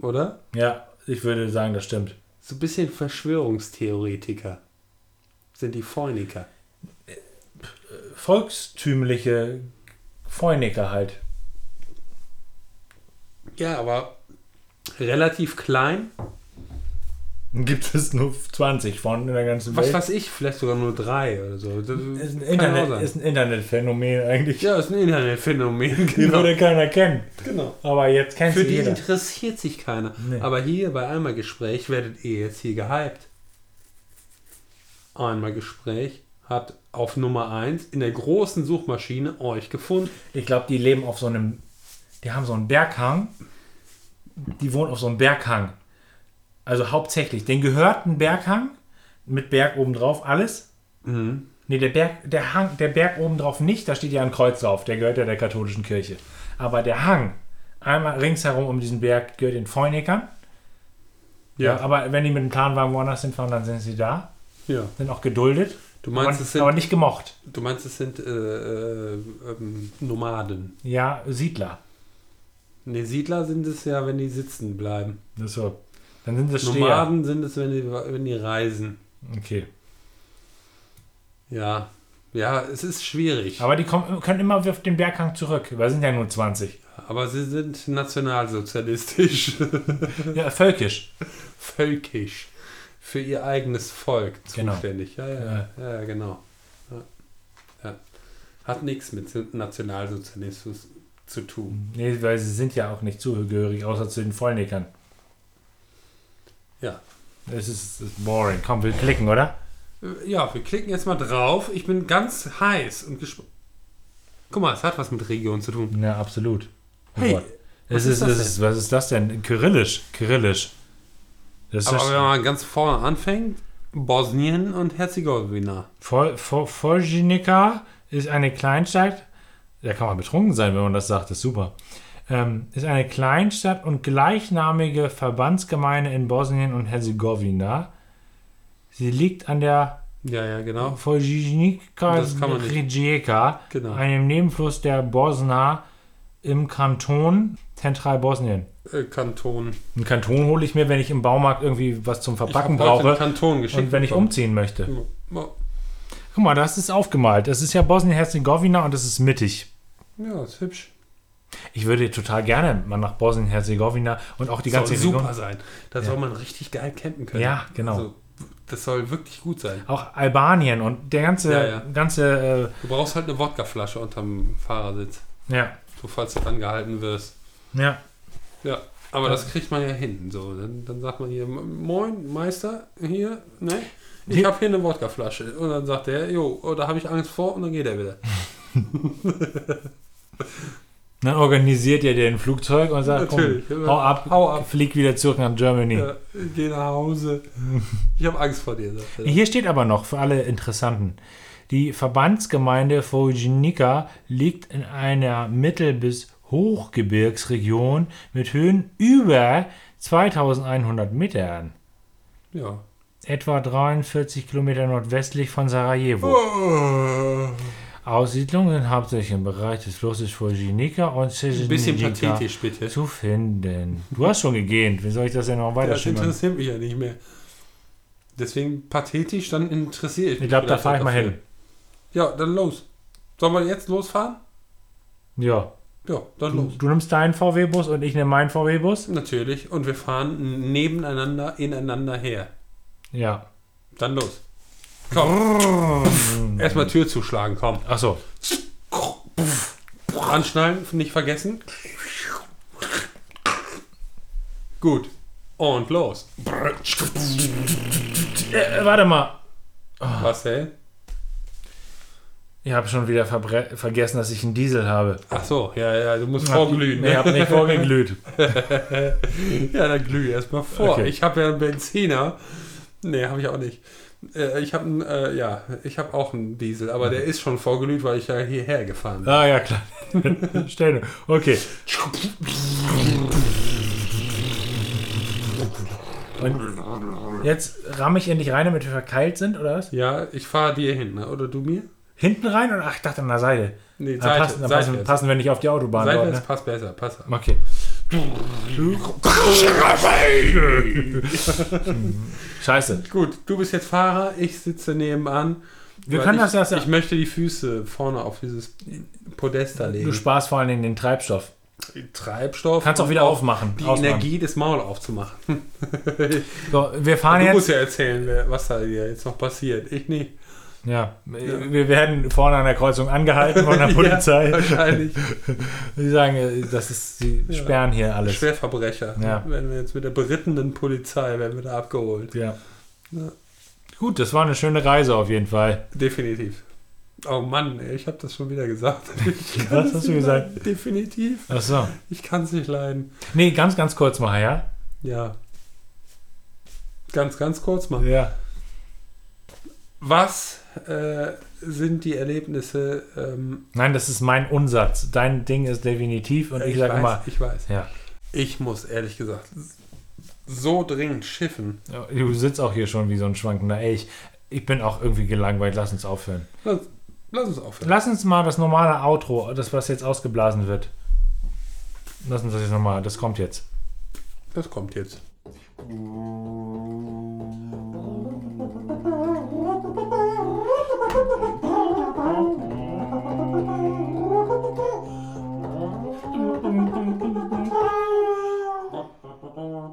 Oder?
ja. Ich würde sagen, das stimmt.
So ein bisschen Verschwörungstheoretiker. Sind die Feuniker.
Volkstümliche Feuniker halt.
Ja, aber relativ klein.
Gibt es nur 20 von in der ganzen
Was
Welt.
weiß ich, vielleicht sogar nur drei oder so. Das kann
ist, ein
auch
Internet,
sein.
ist ein Internetphänomen eigentlich.
ja, ist ein Internetphänomen.
Die würde keiner kennen.
genau.
Aber jetzt kennt
Für
sie
die
Also jeder.
interessiert sich keiner.
Nee.
Aber hier bei einmal Gespräch werdet ihr jetzt hier gehypt. Einmal Gespräch hat auf Nummer 1 in der großen Suchmaschine euch gefunden.
Ich glaube, die leben auf so einem. Die haben so einen Berghang. Die wohnen auf so einem Berghang. Also hauptsächlich. Den gehört ein Berghang mit Berg obendrauf, alles. Nee, der Berg, der Hang, der Berg obendrauf nicht, da steht ja ein Kreuz drauf, der gehört ja der katholischen Kirche. Aber der Hang, einmal ringsherum um diesen Berg, gehört den Feunikern.
Ja.
Aber wenn die mit dem Planwagen woanders hinfahren, dann sind sie da,
Ja.
sind auch geduldet.
Du meinst,
aber,
es sind,
aber nicht gemocht.
du meinst, es sind äh, äh, ähm, Nomaden.
Ja, Siedler.
Ne, Siedler sind es ja, wenn die sitzen bleiben.
Das ist so. Dann sind sie Steher.
Nomaden sind es, wenn die, wenn die reisen.
Okay.
Ja. Ja, es ist schwierig.
Aber die kommen, können immer auf den Berghang zurück, weil es sind ja nur 20.
Aber sie sind nationalsozialistisch, Mhm.
Ja, völkisch.
völkisch, für ihr eigenes Volk
Genau.
zuständig. Ja, ja, ja, ja, genau. Ja. Ja. Hat nichts mit Nationalsozialismus zu tun.
Nee, weil sie sind ja auch nicht zugehörig, außer zu den Vollnickern.
Ja.
Es ist, ist boring. Komm, wir klicken, oder?
Äh, Ja, wir klicken jetzt mal drauf. Ich bin ganz heiß und gespannt. Guck mal, es hat was mit Region zu tun.
Na, absolut. Oh
Hey,
Gott.
was
Es
ist
ist,
das
es ist, was ist das denn? Kyrillisch. Kyrillisch. Das ist
Aber
das-
wenn man ganz vorne anfängt, Bosnien und Herzegowina.
Vol- Vo- Volžinica ist eine Kleinstadt. Da kann man betrunken sein, wenn man das sagt. Das ist super. Ähm, ist eine Kleinstadt und gleichnamige Verbandsgemeinde in Bosnien und Herzegowina. Sie liegt an der
Ja, ja, genau.
Volžinica
Das kann man nicht.
Rijeka,
Genau.
einem Nebenfluss der Bosna im Kanton Zentralbosnien.
Äh, Kanton.
Einen Kanton hole ich mir, wenn ich im Baumarkt irgendwie was zum Verpacken
Ich hab heute einen
brauche
Kanton geschickt.
und wenn ich
bekommen.
umziehen möchte.
Ja.
Guck mal, das ist aufgemalt. Das ist ja Bosnien-Herzegowina und das ist mittig.
Ja, ist hübsch.
Ich würde total gerne mal nach Bosnien-Herzegowina und auch die ganze
soll super
Region.
sein. Da soll man richtig geil campen können.
Ja, genau.
Also, das soll wirklich gut sein.
Auch Albanien und der ganze,
Ja, ja.
ganze,
Du brauchst halt eine Wodkaflasche unterm Fahrersitz,
äh, ja,
so falls du dann gehalten wirst.
ja.
Ja, aber das kriegt man ja hin. So, dann, dann sagt man hier, moin Meister, hier, ne? Ich
Hier-
habe hier eine Wodkaflasche. Und dann sagt er, jo, oh, da habe ich Angst vor und dann geht er wieder.
Dann organisiert ihr den Flugzeug und sagt, komm,
Natürlich,
hau ab,
hau ab.
flieg wieder zurück nach Germany.
Ja, geh nach Hause. Ich habe Angst vor dir, sagt er.
Hier steht aber noch für alle Interessanten. Die Verbandsgemeinde Vojnica liegt in einer Mittel- bis Hochgebirgsregion mit Höhen über 2100 Metern.
Ja.
etwa 43 Kilometer nordwestlich von Sarajevo. Oh. Aussiedlungen sind hauptsächlich im Bereich des Flusses Voljinica und
Ein
Sejenica
bisschen pathetisch, bitte.
zu finden. Du hast schon gegähnt. Wie soll ich das denn noch
Das
weiterschimmern?
interessiert mich ja nicht mehr. Deswegen pathetisch, dann interessiere ich mich.
Ich glaube, da
vielleicht
fahre ich
auch
mal
dafür.
hin.
Ja, dann los. Sollen wir jetzt losfahren?
Ja.
Ja, dann
Du,
los.
du nimmst deinen VW-Bus und ich nehme meinen VW-Bus?
Natürlich. Und wir fahren nebeneinander, ineinander her.
Ja.
Dann los. Komm. Erstmal Tür zuschlagen, komm.
Achso.
Anschnallen, nicht vergessen. Gut. Und los.
Äh, warte mal. Ah.
Was denn?
Ich habe schon wieder verbre- vergessen, dass ich einen Diesel habe.
Ach so, ja, ja, du musst vorglühen.
Ich habe
Ne?
nicht vorgeglüht.
Ja, dann glühe erstmal vor.
Okay.
Ich habe ja einen Benziner. Nee, habe ich auch nicht. Äh, Ich habe einen, äh, ja, ich habe auch einen Diesel, aber der ist schon vorglüht, weil ich ja hierher gefahren bin.
Ah ja, klar. Stell nur. Okay. Und jetzt ramme ich endlich rein, damit wir verkeilt sind, oder was?
Ja, ich fahre dir hin, ne? oder du mir?
Hinten rein und ach, ich dachte an der Seite.
Nee,
Dann passen, dann passen,
seitwärts.
passen wir nicht auf die Autobahn dort,
Seitwärts
ne?
passt besser, passt.
Okay. Scheiße.
Gut, du bist jetzt Fahrer, ich sitze nebenan.
Wir
Weil
können
ich,
das erst-
Ich möchte die Füße vorne auf dieses Podest da
Du
legen.
sparst vor allen Dingen den Treibstoff.
Treibstoff.
Kannst auch
und
wieder aufmachen.
Die
ausmachen.
Energie des Maul aufzumachen.
So, wir fahren
du
Ah, jetzt.
musst ja erzählen, wer- was da hier jetzt noch passiert. Ich nicht.
Ja, wir werden vorne an der Kreuzung angehalten von der Polizei.
Ja, wahrscheinlich.
Die sagen, äh, das ist, sie
Ja.
sperren hier alles.
Schwerverbrecher.
Ja.
Werden wir jetzt mit der berittenen Polizei werden wir da abgeholt.
Ja.
Ja.
Gut, das war eine schöne Reise auf jeden Fall.
Definitiv. Oh Mann, ey, ich habe das schon wieder gesagt. Ich kann
Was
es
hast du
nicht
gesagt?
leiden. Definitiv.
Ach so.
Ich kann es nicht leiden.
Nee, ganz, ganz kurz mal, ja?
Ja. Ganz, ganz kurz mal.
Ja.
Was äh, sind die Erlebnisse? Ähm,
Nein, das ist mein Unsatz. Dein Ding ist definitiv und ich, sage
weiß,
immer,
ich weiß.
ja.
Ich muss ehrlich gesagt so dringend schiffen.
Du sitzt auch hier schon wie so ein schwankender Elch. Ich bin auch irgendwie gelangweilt, lass uns aufhören.
Lass, lass uns aufhören.
Lass uns mal das normale Outro, das was jetzt ausgeblasen wird. Lass uns das jetzt nochmal, das kommt jetzt.
Das kommt jetzt.
Thank